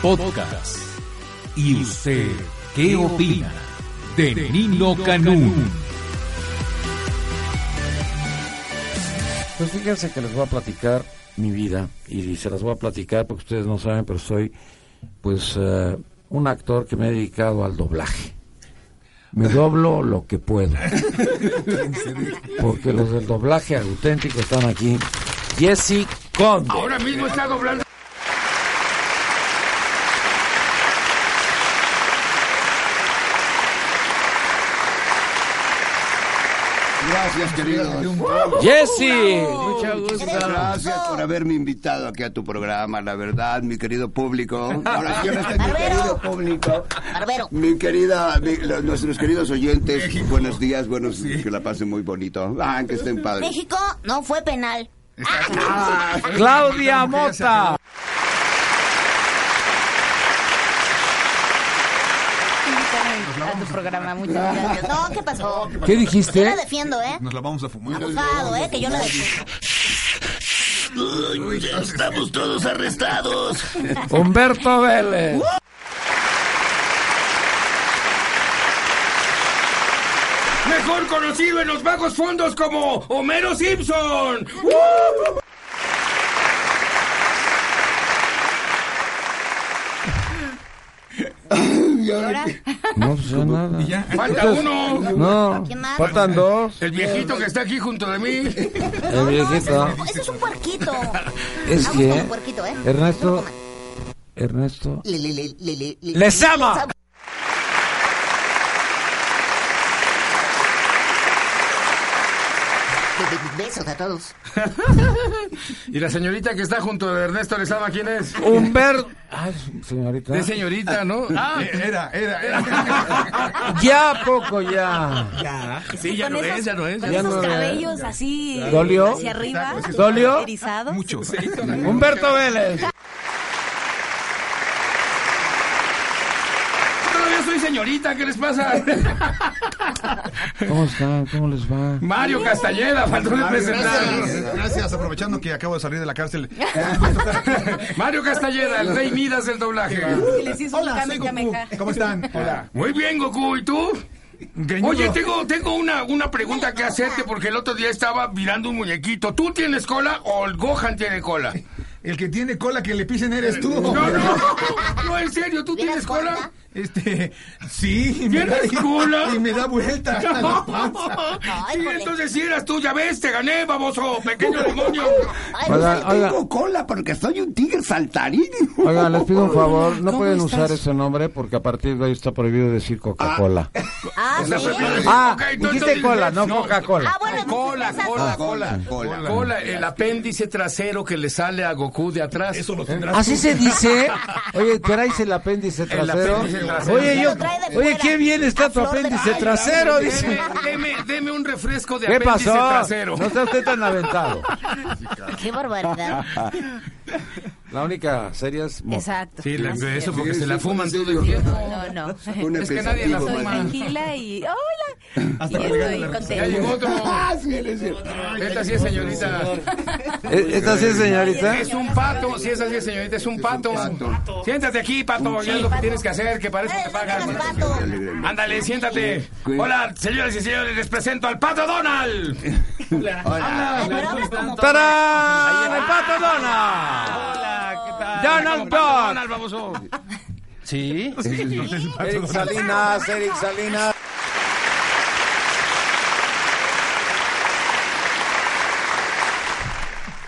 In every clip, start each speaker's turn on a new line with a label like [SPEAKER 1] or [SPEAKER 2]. [SPEAKER 1] Podcast. ¿Y usted qué opina de Nino Canún?
[SPEAKER 2] Pues fíjense que les voy a platicar mi vida y se las voy a platicar porque ustedes no saben, pero soy pues uh, un actor que me he dedicado al doblaje. Me doblo lo que puedo. Porque los del doblaje auténtico están aquí. Jesse Conde.
[SPEAKER 3] Ahora mismo está doblando. Gracias, querido.
[SPEAKER 2] Jesse.
[SPEAKER 3] Muchas Gracias por haberme invitado aquí a tu programa, la verdad, mi querido público. Ahora sí, ahora está mi querido público. Mi querida, mi- lo- nuestros queridos oyentes, buenos días, buenos que la pasen muy bonito. Ah, que estén padres.
[SPEAKER 4] México no fue penal.
[SPEAKER 3] Ah,
[SPEAKER 2] Claudia Mota.
[SPEAKER 5] a tu programa. Muchas gracias.
[SPEAKER 4] Gracias. No, ¿qué pasó?
[SPEAKER 2] ¿Qué
[SPEAKER 4] Yo
[SPEAKER 2] dijiste?
[SPEAKER 4] la defiendo, ¿eh?
[SPEAKER 6] Nos la vamos a fumar.
[SPEAKER 4] Abusado, ¿eh? Que yo la defiendo.
[SPEAKER 3] uy, ya estamos todos arrestados.
[SPEAKER 2] Humberto Vélez.
[SPEAKER 6] Mejor conocido en los bajos fondos como Homero Simpson.
[SPEAKER 2] No sé nada.
[SPEAKER 6] Falta uno.
[SPEAKER 2] No,
[SPEAKER 4] ¿Quién más?
[SPEAKER 2] faltan dos.
[SPEAKER 6] El viejito que está aquí junto de mí.
[SPEAKER 2] El viejito.
[SPEAKER 4] Este es un puerquito.
[SPEAKER 2] Es
[SPEAKER 4] Vamos con
[SPEAKER 2] que
[SPEAKER 4] el puerquito, ¿eh?
[SPEAKER 2] Ernesto. Ernesto.
[SPEAKER 4] Le, le, le, le, le, le.
[SPEAKER 2] ¡Les ama!
[SPEAKER 4] Besos a todos.
[SPEAKER 6] Y la señorita que está junto de Ernesto Lezama, ¿quién es?
[SPEAKER 2] Humberto. Ay, señorita.
[SPEAKER 6] Es señorita, ¿no? Ah, era, era, era.
[SPEAKER 2] Ya poco ya.
[SPEAKER 6] Sí, ya
[SPEAKER 5] Con
[SPEAKER 6] no
[SPEAKER 5] esos-
[SPEAKER 6] es, ya no es.
[SPEAKER 5] Con
[SPEAKER 2] Ya
[SPEAKER 5] esos
[SPEAKER 2] no es.
[SPEAKER 5] cabellos así eh,
[SPEAKER 2] ¿Dolió?
[SPEAKER 5] hacia arriba,
[SPEAKER 2] ¿Dolió?
[SPEAKER 5] erizados.
[SPEAKER 6] Mucho.
[SPEAKER 2] Humberto Vélez.
[SPEAKER 6] Todavía soy señorita, ¿qué les pasa?
[SPEAKER 2] ¿Cómo están? ¿Cómo les va?
[SPEAKER 6] Mario Castañeda, faltó de presentarnos.
[SPEAKER 7] Gracias, gracias, aprovechando que acabo de salir de la cárcel.
[SPEAKER 6] Mario Castañeda, el rey Midas del doblaje.
[SPEAKER 5] Y les hizo un
[SPEAKER 7] soy
[SPEAKER 5] cambio
[SPEAKER 7] Goku. ¿Cómo están? Hola.
[SPEAKER 6] Muy bien, Goku, ¿y tú? Oye, tengo, tengo una, una pregunta que hacerte porque el otro día estaba mirando un muñequito. ¿Tú tienes cola o el Gohan tiene cola?
[SPEAKER 7] El que tiene cola que le pisen eres tú.
[SPEAKER 6] No, no, no, no, en serio, ¿tú tienes cola?
[SPEAKER 7] Este, sí. y
[SPEAKER 6] ¿Tienes
[SPEAKER 7] da-
[SPEAKER 6] cola?
[SPEAKER 7] Y me da vuelta. hasta la panza.
[SPEAKER 6] Sí, entonces si eras tú, ya ves, te gané, baboso, pequeño demonio.
[SPEAKER 4] Ay, pues,
[SPEAKER 2] Oigan, oigan,
[SPEAKER 3] Tengo cola porque soy un tigre saltarín.
[SPEAKER 2] oigan, les pido un favor. No
[SPEAKER 5] ¿Cómo
[SPEAKER 2] pueden
[SPEAKER 5] estás?
[SPEAKER 2] usar ese nombre porque a partir de hoy está prohibido decir Coca-Cola.
[SPEAKER 4] Ah, sí.
[SPEAKER 2] Ah,
[SPEAKER 6] Ok, no,
[SPEAKER 2] dijiste
[SPEAKER 6] entonces-
[SPEAKER 2] cola, no
[SPEAKER 4] Ah,
[SPEAKER 2] Coca-Cola.
[SPEAKER 4] bueno,
[SPEAKER 6] Cola,
[SPEAKER 4] entonces,
[SPEAKER 7] Ah,
[SPEAKER 6] cola, cola,
[SPEAKER 3] cola.
[SPEAKER 6] cola, el apéndice trasero que le sale a Goku de atrás. Eso lo tendrás.
[SPEAKER 2] Así se dice. Oye, traes el apéndice trasero.
[SPEAKER 6] apéndice trasero.
[SPEAKER 2] Oye, yo,
[SPEAKER 4] Lo trae
[SPEAKER 2] oye,
[SPEAKER 4] de fuera.
[SPEAKER 2] qué bien
[SPEAKER 4] A
[SPEAKER 2] está tu
[SPEAKER 4] flor de
[SPEAKER 2] apéndice
[SPEAKER 4] piel.
[SPEAKER 2] trasero,
[SPEAKER 6] Deme,
[SPEAKER 2] dice.
[SPEAKER 6] deme, deme un refresco de
[SPEAKER 2] ¿Qué
[SPEAKER 6] apéndice
[SPEAKER 2] pasó?
[SPEAKER 6] trasero.
[SPEAKER 2] No está usted tan aventado.
[SPEAKER 4] Qué barbaridad.
[SPEAKER 2] La única seria es Mo-
[SPEAKER 5] Exacto.
[SPEAKER 6] Sí, la-
[SPEAKER 5] Así es.
[SPEAKER 6] eso porque se la fuman
[SPEAKER 3] sí,
[SPEAKER 6] todo
[SPEAKER 3] sí,
[SPEAKER 6] el tiempo.
[SPEAKER 5] No, no.
[SPEAKER 3] Un
[SPEAKER 6] Es que nadie
[SPEAKER 5] Soy
[SPEAKER 6] la
[SPEAKER 3] pensativo,
[SPEAKER 6] fuma.
[SPEAKER 3] bueno.
[SPEAKER 5] tranquila y hola. y estoy
[SPEAKER 6] Ya llegó
[SPEAKER 5] contenta.
[SPEAKER 6] otro.
[SPEAKER 3] Ah,
[SPEAKER 6] Esta sí es señorita.
[SPEAKER 2] ¿E- ¿Esta sí es señorita?
[SPEAKER 6] Es un pato. Si es así, es señorita, es un pato. Siéntate aquí, pato. Ya es lo que tienes que hacer, que parece que te pagan. Ándale, siéntate. Hola, señoras y señores, les presento al pato Donald.
[SPEAKER 3] Ah,
[SPEAKER 2] ¿Eh? ¡Tarán! ¡El pato Donald!
[SPEAKER 6] Hola, ¿qué tal?
[SPEAKER 2] Donald Duck.
[SPEAKER 6] Donald, baboso.
[SPEAKER 2] ¿Sí? Eric Salinas, Eric Salinas.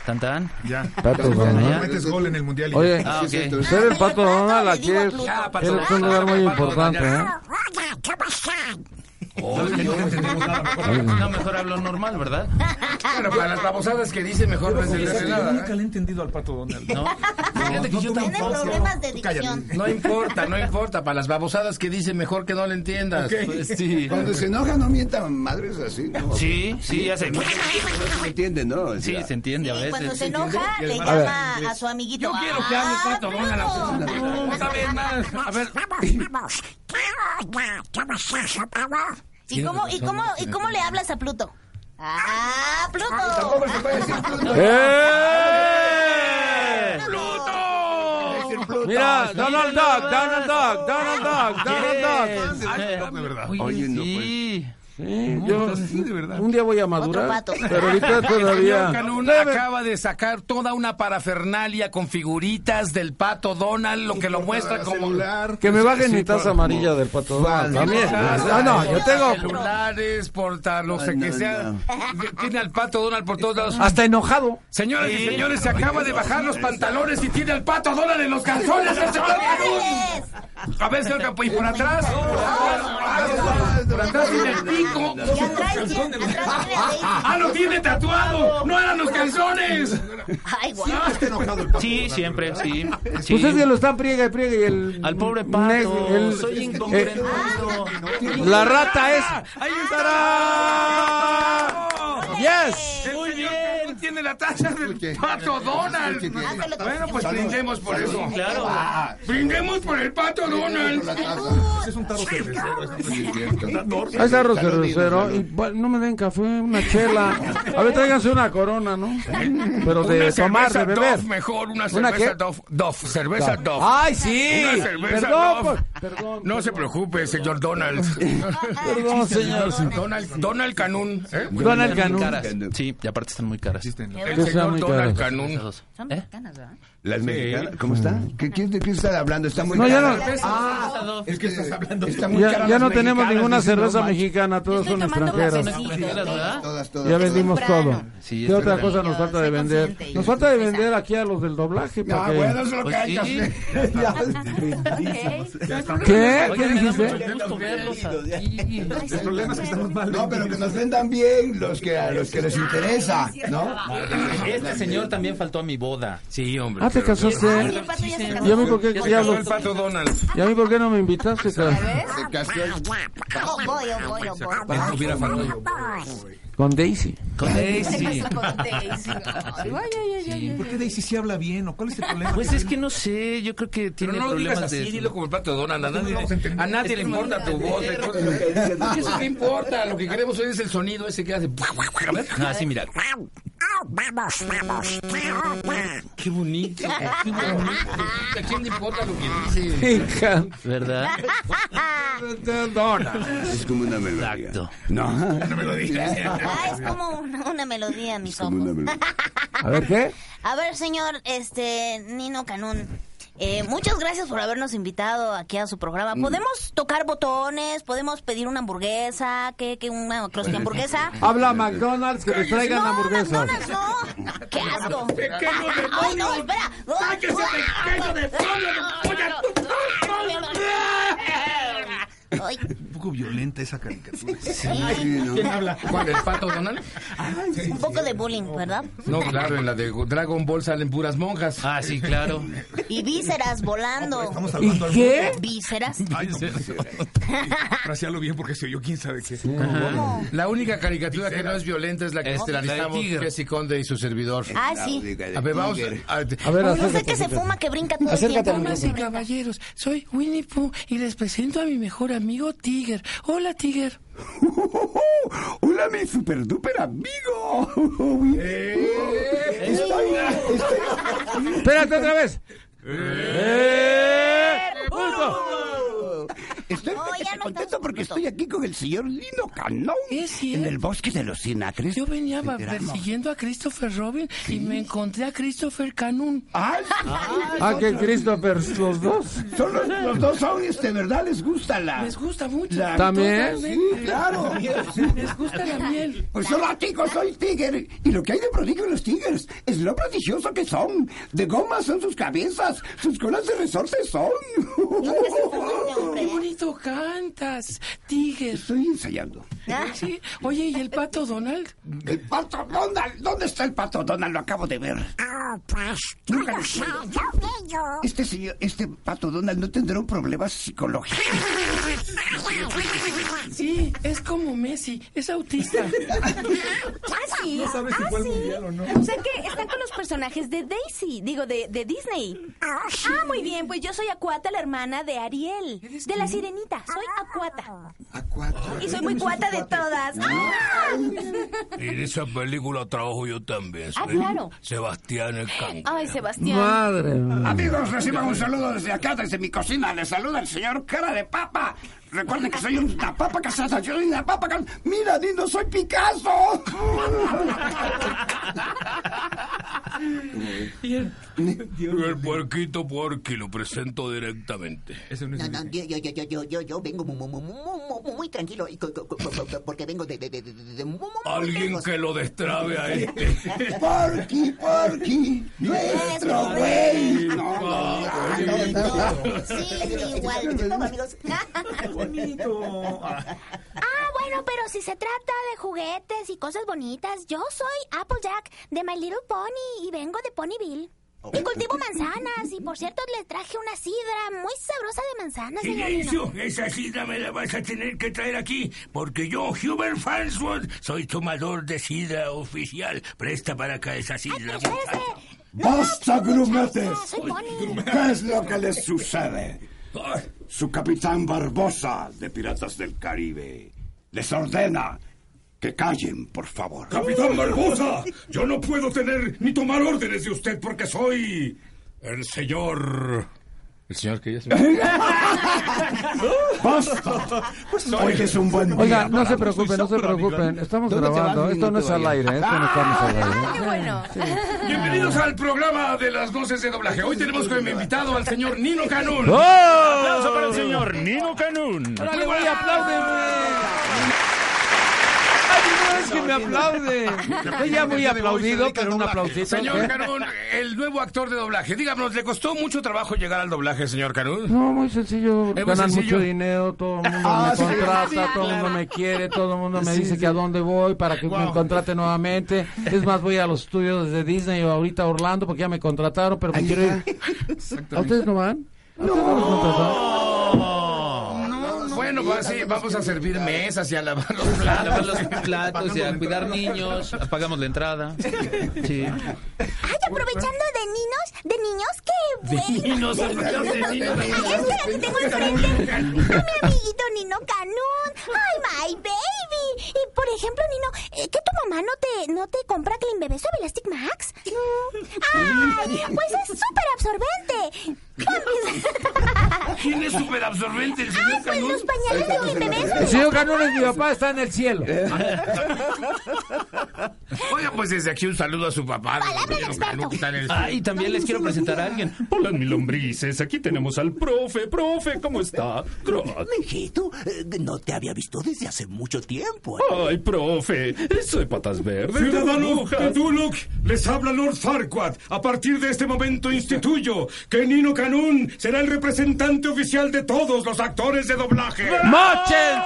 [SPEAKER 8] ¿Tan tan?
[SPEAKER 7] Ya.
[SPEAKER 2] Pato
[SPEAKER 1] Pues
[SPEAKER 7] No
[SPEAKER 2] Donald.
[SPEAKER 7] metes gol en el mundial. y
[SPEAKER 2] Oye,
[SPEAKER 8] Ah, ok.
[SPEAKER 2] usted el pato Donald aquí es,
[SPEAKER 6] Ya, pato
[SPEAKER 2] es un
[SPEAKER 6] Donald.
[SPEAKER 2] lugar muy
[SPEAKER 6] Pato
[SPEAKER 2] importante, ¿eh?
[SPEAKER 6] Donald.
[SPEAKER 8] No, mejor hablo normal, ¿verdad?
[SPEAKER 6] Bueno, para las babosadas que dicen, mejor no es
[SPEAKER 7] ya.
[SPEAKER 6] decirle
[SPEAKER 7] Yo
[SPEAKER 6] nada. ¿eh?
[SPEAKER 7] nunca le he entendido al pato Donald.
[SPEAKER 8] No. Fíjate que
[SPEAKER 9] no, yo
[SPEAKER 4] Tiene
[SPEAKER 9] tampoco.
[SPEAKER 4] problemas de
[SPEAKER 1] Tú cállate.
[SPEAKER 4] dicción.
[SPEAKER 6] No importa, no importa. Para las babosadas que dice, mejor que no le entiendas.
[SPEAKER 9] Pues sí.
[SPEAKER 3] Cuando se enoja no mientan madres así, ¿no?
[SPEAKER 9] Sí, sí, hace.
[SPEAKER 3] Se entiende, ¿no? O
[SPEAKER 9] Sí,
[SPEAKER 3] sea,
[SPEAKER 9] se entiende a
[SPEAKER 4] Y cuando
[SPEAKER 9] veces.
[SPEAKER 4] se enoja, le
[SPEAKER 9] A
[SPEAKER 4] llama a su
[SPEAKER 9] Yo
[SPEAKER 4] amiguito.
[SPEAKER 9] quiero que hable
[SPEAKER 4] "Ah,
[SPEAKER 9] Pato Donald a la
[SPEAKER 4] bravo".
[SPEAKER 9] persona. Otra vez más. A ver.
[SPEAKER 4] ¿Y cómo, y, cómo, ¿Y cómo le hablas a Pluto? ¡Ah,
[SPEAKER 3] Tampoco se
[SPEAKER 4] Pluto!
[SPEAKER 3] puede decir Pluto.
[SPEAKER 2] ¡Eh!
[SPEAKER 3] Pluto.
[SPEAKER 2] Mira, Donald Duck, Donald Duck, Donald Duck, Donald Duck.
[SPEAKER 1] de verdad.
[SPEAKER 3] Oye, no,
[SPEAKER 9] sí.
[SPEAKER 2] Sí, yo
[SPEAKER 1] de verdad.
[SPEAKER 2] un día voy a
[SPEAKER 4] Otro
[SPEAKER 2] madurar,
[SPEAKER 4] pato.
[SPEAKER 2] pero ahorita todavía.
[SPEAKER 6] Señor Canún
[SPEAKER 2] Debe-
[SPEAKER 6] acaba de sacar toda una parafernalia con figuritas del pato Donald, lo que lo
[SPEAKER 3] pues,
[SPEAKER 6] muestra como
[SPEAKER 1] celular.
[SPEAKER 2] Que me bajen mi taza amarilla del pato. Donald, También. Ah, no, yo tengo
[SPEAKER 6] celulares, porta, lo sé
[SPEAKER 3] Ay,
[SPEAKER 6] que
[SPEAKER 3] no,
[SPEAKER 6] sea.
[SPEAKER 3] no.
[SPEAKER 6] Tiene al pato Donald por todos lados.
[SPEAKER 2] hasta enojado.
[SPEAKER 6] Señoras y señores, se acaba de bajar los pantalones y tiene al pato Donald en los calzones el señor Canún.
[SPEAKER 4] ¡Yes!
[SPEAKER 6] A ver, señor Campo, y por atrás. Por atrás tiene el pico.
[SPEAKER 4] Y atrás tiene atrás tiene a Daisy.
[SPEAKER 6] ¡Ah, lo tiene tatuado! ¡No eran los calzones!
[SPEAKER 4] Ay, guau.
[SPEAKER 9] Sí, siempre, sí. sí.
[SPEAKER 2] Ustedes Pues que lo están priega y priega y el.
[SPEAKER 9] Al pobre pato.
[SPEAKER 2] ne- el-
[SPEAKER 9] Soy incongruente.
[SPEAKER 2] eh, la rata es.
[SPEAKER 6] ¡Ahí
[SPEAKER 2] ¡Tarán!
[SPEAKER 6] está!
[SPEAKER 2] ¡Yes!
[SPEAKER 6] Muy bien. Tiene la taza del pato Donald.
[SPEAKER 4] Hazlo tú.
[SPEAKER 6] Bueno, pues brindemos por eso. Ah,
[SPEAKER 9] Claro.
[SPEAKER 6] Brindemos por el pato Donald.
[SPEAKER 1] Es un tarro cervecero.
[SPEAKER 2] Ahí está Rosero, Rosero. Y, bueno, no me den café, una chela. A ver, tráiganse una corona, ¿no? Pero de
[SPEAKER 6] Una
[SPEAKER 2] tomar, de
[SPEAKER 6] cerveza
[SPEAKER 2] beber.
[SPEAKER 6] Dove mejor, una
[SPEAKER 2] ¿Una
[SPEAKER 6] cerveza
[SPEAKER 2] qué?
[SPEAKER 6] Dove. Dove, cerveza Dove.
[SPEAKER 2] ¡Ay, sí!
[SPEAKER 6] Una cerveza
[SPEAKER 2] Perdón,
[SPEAKER 6] Dove.
[SPEAKER 2] por- perdón.
[SPEAKER 6] No se preocupe, señor Donald.
[SPEAKER 2] Perdón, señor.
[SPEAKER 6] Donald, Donald Canún. ¿eh?
[SPEAKER 2] Donald
[SPEAKER 9] Están muy
[SPEAKER 2] Canún.
[SPEAKER 9] caras. Sí, y aparte están muy caras.
[SPEAKER 6] El
[SPEAKER 2] Está
[SPEAKER 6] señor
[SPEAKER 2] muy
[SPEAKER 6] Donald
[SPEAKER 2] caro.
[SPEAKER 6] Canún.
[SPEAKER 9] Esas dos. ¿Eh?
[SPEAKER 3] Las mexicanas, ¿cómo está? ¿Qué, qué, ¿De qué está hablando? Está muy
[SPEAKER 2] No, ya no.
[SPEAKER 3] cara. Este,
[SPEAKER 9] Ah,
[SPEAKER 1] Es que estás hablando. Está muy
[SPEAKER 2] Ya,
[SPEAKER 1] cara
[SPEAKER 2] ya
[SPEAKER 1] las
[SPEAKER 2] no tenemos
[SPEAKER 1] mexicanas,
[SPEAKER 2] ninguna
[SPEAKER 1] dice, no
[SPEAKER 2] cerveza
[SPEAKER 1] manches.
[SPEAKER 2] mexicana, todas son
[SPEAKER 10] Estoy tomando
[SPEAKER 2] extranjeras.
[SPEAKER 10] café mexicano.
[SPEAKER 9] ¿verdad?
[SPEAKER 3] Todas, todas.
[SPEAKER 2] Ya vendimos todo.
[SPEAKER 10] temprano.
[SPEAKER 9] Sí,
[SPEAKER 2] ¿Qué
[SPEAKER 9] es
[SPEAKER 2] otra
[SPEAKER 9] verdad.
[SPEAKER 2] cosa nos
[SPEAKER 10] Yo
[SPEAKER 2] falta de
[SPEAKER 10] soy
[SPEAKER 2] vender?
[SPEAKER 10] consciente y
[SPEAKER 2] Nos
[SPEAKER 10] soy
[SPEAKER 2] falta de vender aquí a los del doblaje.
[SPEAKER 3] Ah,
[SPEAKER 2] porque-
[SPEAKER 3] bueno, eso es lo que
[SPEAKER 9] Pues
[SPEAKER 3] hay que
[SPEAKER 9] sí.
[SPEAKER 3] hacer.
[SPEAKER 2] ¿Qué? ¿Qué
[SPEAKER 9] Oigan, me da
[SPEAKER 2] dijiste?
[SPEAKER 9] mucho gusto verlos aquí.
[SPEAKER 1] El problema es que estamos mal.
[SPEAKER 3] No, pero que nos vendan bien los que a los que les interesa, ¿no?
[SPEAKER 9] Este señor también faltó a mi boda.
[SPEAKER 6] Sí, hombre.
[SPEAKER 2] Ah, te
[SPEAKER 4] Ay, el
[SPEAKER 2] casaste.
[SPEAKER 4] pato ya se
[SPEAKER 2] ¿Y a
[SPEAKER 4] casó.
[SPEAKER 2] mí por qué
[SPEAKER 9] Ya se
[SPEAKER 6] Casó
[SPEAKER 2] diablos?
[SPEAKER 6] el pato Donald.
[SPEAKER 2] ¿Y a mí por qué no me invitaste? cara?
[SPEAKER 3] Se casó
[SPEAKER 4] Oh, voy, oh, voy, oh, voy.
[SPEAKER 6] Él no hubiera faltado.
[SPEAKER 2] Con Daisy.
[SPEAKER 9] Con Daisy.
[SPEAKER 10] Con Daisy. Ay, ay, ay, ay, ay.
[SPEAKER 1] ¿Por qué Daisy sí habla bien? ¿O cuál es el problema?
[SPEAKER 9] Pues es que no sé, yo creo que
[SPEAKER 6] Pero
[SPEAKER 9] tiene
[SPEAKER 6] no lo digas
[SPEAKER 9] problemas
[SPEAKER 6] así,
[SPEAKER 9] de...
[SPEAKER 6] dilo como el pato Donald. A nadie, a nadie le importa tu voz. ¿Qué eso qué importa? Lo que queremos oír es el sonido ese que hace. A ver.
[SPEAKER 9] Ah, sí, mira.
[SPEAKER 6] Qué bonito. qué bonito. ¿A quién le importa lo que dice?
[SPEAKER 2] Hija.
[SPEAKER 9] ¿Verdad?
[SPEAKER 3] Es como una melodía.
[SPEAKER 9] Exacto.
[SPEAKER 3] No, no me lo digas.
[SPEAKER 4] Ah, es como una, una melodía, mis
[SPEAKER 3] Es como
[SPEAKER 4] ojos.
[SPEAKER 3] una melodía.
[SPEAKER 2] A ver, ¿qué?
[SPEAKER 4] A ver, señor, este, Nino Canún. eh, muchas gracias por habernos invitado aquí a su
[SPEAKER 1] Mm.
[SPEAKER 4] programa. ¿Podemos tocar botones? ¿Podemos pedir una hamburguesa? ¿Qué, qué una
[SPEAKER 1] Pues,
[SPEAKER 4] crosby hamburguesa?
[SPEAKER 1] Ah,
[SPEAKER 2] Habla McDonald's que les traigan
[SPEAKER 4] no,
[SPEAKER 2] hamburguesas.
[SPEAKER 4] McDonald's no. ¡Qué asco!
[SPEAKER 6] ¡Pequeño
[SPEAKER 4] ¡Ay, no, espera!
[SPEAKER 6] ¡Sáquese, pequeño demonio de polla!
[SPEAKER 4] Ay,
[SPEAKER 1] Un poco violenta esa caricatura.
[SPEAKER 3] Sí, ¿no?
[SPEAKER 6] ¿Cuál, el pato Donald?
[SPEAKER 4] un poco de bullying, ¿verdad?
[SPEAKER 6] No, claro, en la de Dragon Ball salen puras monjas.
[SPEAKER 9] Ah, sí, claro.
[SPEAKER 4] Y vísceras volando.
[SPEAKER 1] Estamos salvando al
[SPEAKER 2] ¿Qué?
[SPEAKER 4] ¿Vísceras?
[SPEAKER 1] Ay, no, Frasealo bien porque se oyó quién sabe qué.
[SPEAKER 4] ¿Cómo?
[SPEAKER 6] La única caricatura que no es violenta es la que
[SPEAKER 9] Este, la de
[SPEAKER 6] estelarizamos
[SPEAKER 9] Tiger.
[SPEAKER 6] Jesse Conde y su servidor.
[SPEAKER 4] Ah, sí.
[SPEAKER 6] A ver, vamos. A,
[SPEAKER 2] A ver,
[SPEAKER 4] No sé
[SPEAKER 2] acércate.
[SPEAKER 4] que se fuma, que brinca todo el
[SPEAKER 2] Acércate
[SPEAKER 4] tiempo.
[SPEAKER 2] al
[SPEAKER 4] No,
[SPEAKER 2] micrófono.
[SPEAKER 4] se brinca.
[SPEAKER 6] caballeros, soy Winnie Pooh y les presento a mi mejor amigo Tiger. Hola, Tiger.
[SPEAKER 3] Hola, mi super duper amigo.
[SPEAKER 6] Eh.
[SPEAKER 3] Estoy, estoy
[SPEAKER 2] Espérate otra vez. ¡Eh! ¡Punto!
[SPEAKER 3] Estoy
[SPEAKER 4] No, ya no
[SPEAKER 3] contento
[SPEAKER 4] estás
[SPEAKER 3] porque
[SPEAKER 4] bruto.
[SPEAKER 3] estoy aquí con el señor Lino Canón
[SPEAKER 6] Es
[SPEAKER 3] en
[SPEAKER 6] cierto.
[SPEAKER 3] el bosque de los Sinacres.
[SPEAKER 6] Yo venía
[SPEAKER 3] Te esperamos.
[SPEAKER 6] persiguiendo a Christopher Robin y me encontré a Christopher Canun.
[SPEAKER 3] Ah, sí.
[SPEAKER 2] Ah, que Christopher, los dos.
[SPEAKER 3] Son los, los dos hombres, de verdad les gusta la.
[SPEAKER 6] Les gusta mucho.
[SPEAKER 3] Ah. la-
[SPEAKER 2] ¿También?
[SPEAKER 3] Sí, claro.
[SPEAKER 6] Les gusta la miel.
[SPEAKER 3] Pues yo latigo, soy tigre. Y lo que hay de prodigio en los tigres es lo prodigioso que son. De goma son sus cabezas, sus colas de resorte son.
[SPEAKER 6] Qué
[SPEAKER 11] ¿eh?
[SPEAKER 6] bonito cantas, Tiger.
[SPEAKER 3] Estoy ensayando.
[SPEAKER 6] Sí. Oye, ¿y el pato Donald?
[SPEAKER 3] El pato Donald, ¿dónde está el pato Donald? Lo acabo de ver.
[SPEAKER 4] Ah, pues,
[SPEAKER 3] Nunca lo
[SPEAKER 4] yo vi,
[SPEAKER 3] Este señor, este pato Donald no tendrá un problema psicológico.
[SPEAKER 12] Sí, es como Messi, es autista.
[SPEAKER 4] Ah, sí.
[SPEAKER 1] No sabes si
[SPEAKER 4] Ah,
[SPEAKER 1] fue al
[SPEAKER 4] sí.
[SPEAKER 1] mundial o no.
[SPEAKER 4] O sea que están con los personajes de Daisy, digo, de, de Disney. Ah, muy bien, pues yo soy Acuata, la hermana de Ariel, de la sirenita. Soy Acuata. Y soy muy cuata de todas. ¡Ah!
[SPEAKER 13] En esa película trabajo yo también.
[SPEAKER 4] Ah,
[SPEAKER 13] soy
[SPEAKER 4] claro.
[SPEAKER 13] Sebastián el Can.
[SPEAKER 14] Ay, Sebastián.
[SPEAKER 2] Madre mía.
[SPEAKER 3] Amigos, reciban un saludo desde acá, desde mi cocina. Les saluda el señor Cara de Papa. Recuerden que soy una papa casada. Yo soy una papa casada. Mira, Dino, soy Picasso.
[SPEAKER 13] El puerquito puerqui lo presento directamente.
[SPEAKER 1] Eso no es.
[SPEAKER 15] No, no, yo, yo, yo, yo, yo, yo, yo vengo muy, muy, muy, muy, muy tranquilo y co- co- co- co- co- porque vengo de, de, de, de, de muy, muy, muy
[SPEAKER 13] Alguien
[SPEAKER 15] lejos.
[SPEAKER 13] que lo destrabe a este.
[SPEAKER 3] Porky, Porky, nuestro güey. No, no,
[SPEAKER 4] Sí, es
[SPEAKER 15] Entonces,
[SPEAKER 4] igual.
[SPEAKER 15] estamos, amigos.
[SPEAKER 4] Ah, bueno, pero si se trata de juguetes y cosas bonitas, yo soy Applejack de My Little Pony y vengo de Ponyville. Y cultivo manzanas y por cierto les traje una sidra muy sabrosa de manzanas. señor Lino.
[SPEAKER 13] Silencio, esa sidra me la vas a tener que traer aquí, porque yo, Hubert Farnsworth, soy tomador de sidra oficial. Presta para acá esa sidra.
[SPEAKER 4] Espérese.
[SPEAKER 3] Basta, grumetes.
[SPEAKER 4] Soy Pony.
[SPEAKER 3] ¿Qué es lo que les sucede? Su capitán Barbosa de Piratas del Caribe les ordena que callen, por favor.
[SPEAKER 13] Capitán Barbosa, yo no puedo tener ni tomar órdenes de usted porque soy el señor.
[SPEAKER 6] El señor que ya se
[SPEAKER 3] ¡Basta! Hoy es un buen día.
[SPEAKER 2] Oiga, no
[SPEAKER 3] para-
[SPEAKER 2] se preocupen, no se preocupen. Estamos
[SPEAKER 11] ¿Dónde te
[SPEAKER 2] grabando.
[SPEAKER 11] vas,
[SPEAKER 2] Esto no
[SPEAKER 11] Miguel?
[SPEAKER 2] es al aire, ¿eh? esto no estamos al aire.
[SPEAKER 14] Qué bueno.
[SPEAKER 6] Bienvenidos al programa de las voces de doblaje. Hoy tenemos como invitado al señor Nino Canún.
[SPEAKER 12] ¡Oh!
[SPEAKER 2] ¡Oh!
[SPEAKER 13] Aplauso para el señor Nino Canún.
[SPEAKER 6] Muy buena-
[SPEAKER 12] Es que me aplaude. Estoy ya muy aplaudido, pero un ¿eh? aplausito.
[SPEAKER 6] Señor Canún, el nuevo actor de doblaje. Díganos, ¿le costó mucho trabajo llegar al doblaje, señor Canún?
[SPEAKER 2] No, muy sencillo.
[SPEAKER 6] muy
[SPEAKER 2] Ganan
[SPEAKER 6] sencillo.
[SPEAKER 2] mucho dinero, todo el mundo
[SPEAKER 3] Ah,
[SPEAKER 2] me
[SPEAKER 3] sí,
[SPEAKER 2] contrata,
[SPEAKER 3] sí,
[SPEAKER 2] todo el mundo me quiere, todo el mundo me dice que a dónde voy para que me contrate nuevamente. Es más, voy a los estudios de Disney o ahorita a Orlando porque ya me contrataron, pero me quiero ir. ¿A ustedes no van? ¿A ustedes no los contrataron?
[SPEAKER 6] Bueno, pues sí, vamos a servir mesas y a lavar los
[SPEAKER 11] A lavar
[SPEAKER 6] platos.
[SPEAKER 11] los platos y a cuidar niños. Pagamos la entrada. Sí.
[SPEAKER 4] Ay, aprovechando de niños, de niños que
[SPEAKER 13] Nino, se aplaude, Nino Canún.
[SPEAKER 4] Ay, espera, que tengo enfrente a mi amiguito Nino Canún. Ay, my baby. Y por ejemplo, Nino, eh, ¿qué tu mamá no te, no te compra Clean Bebé Suave Elastic Max? Ay, pues es súper absorbente. Cambies.
[SPEAKER 6] ¿Quién es súper absorbente el
[SPEAKER 4] Ay,
[SPEAKER 6] señor
[SPEAKER 4] pues
[SPEAKER 6] Canún?
[SPEAKER 4] los pañales de Clean Bebé
[SPEAKER 2] El
[SPEAKER 4] Suave
[SPEAKER 2] señor
[SPEAKER 4] Elastic
[SPEAKER 2] Canón es mi
[SPEAKER 4] Max.
[SPEAKER 2] papá, está en el cielo.
[SPEAKER 6] Oiga, pues desde aquí un saludo a su papá.
[SPEAKER 4] Palabra de
[SPEAKER 6] Nino Canún, que está en el-
[SPEAKER 11] Ah, y también les quiero presentar a alguien.
[SPEAKER 13] Hola, mi lombrices. Aquí tenemos al profe. Profe, ¿cómo está? Croc.
[SPEAKER 15] Mijito, eh, no te había visto desde hace mucho tiempo.
[SPEAKER 8] Oh.
[SPEAKER 13] Ay, profe. Soy patas verdes.
[SPEAKER 1] Ciudadano
[SPEAKER 13] burbujas.
[SPEAKER 1] Petuluk, les habla Lord Farquaad. A partir de este momento instituyo que Nino Canún será el representante oficial de todos los actores de doblaje.
[SPEAKER 2] ¡Mochens!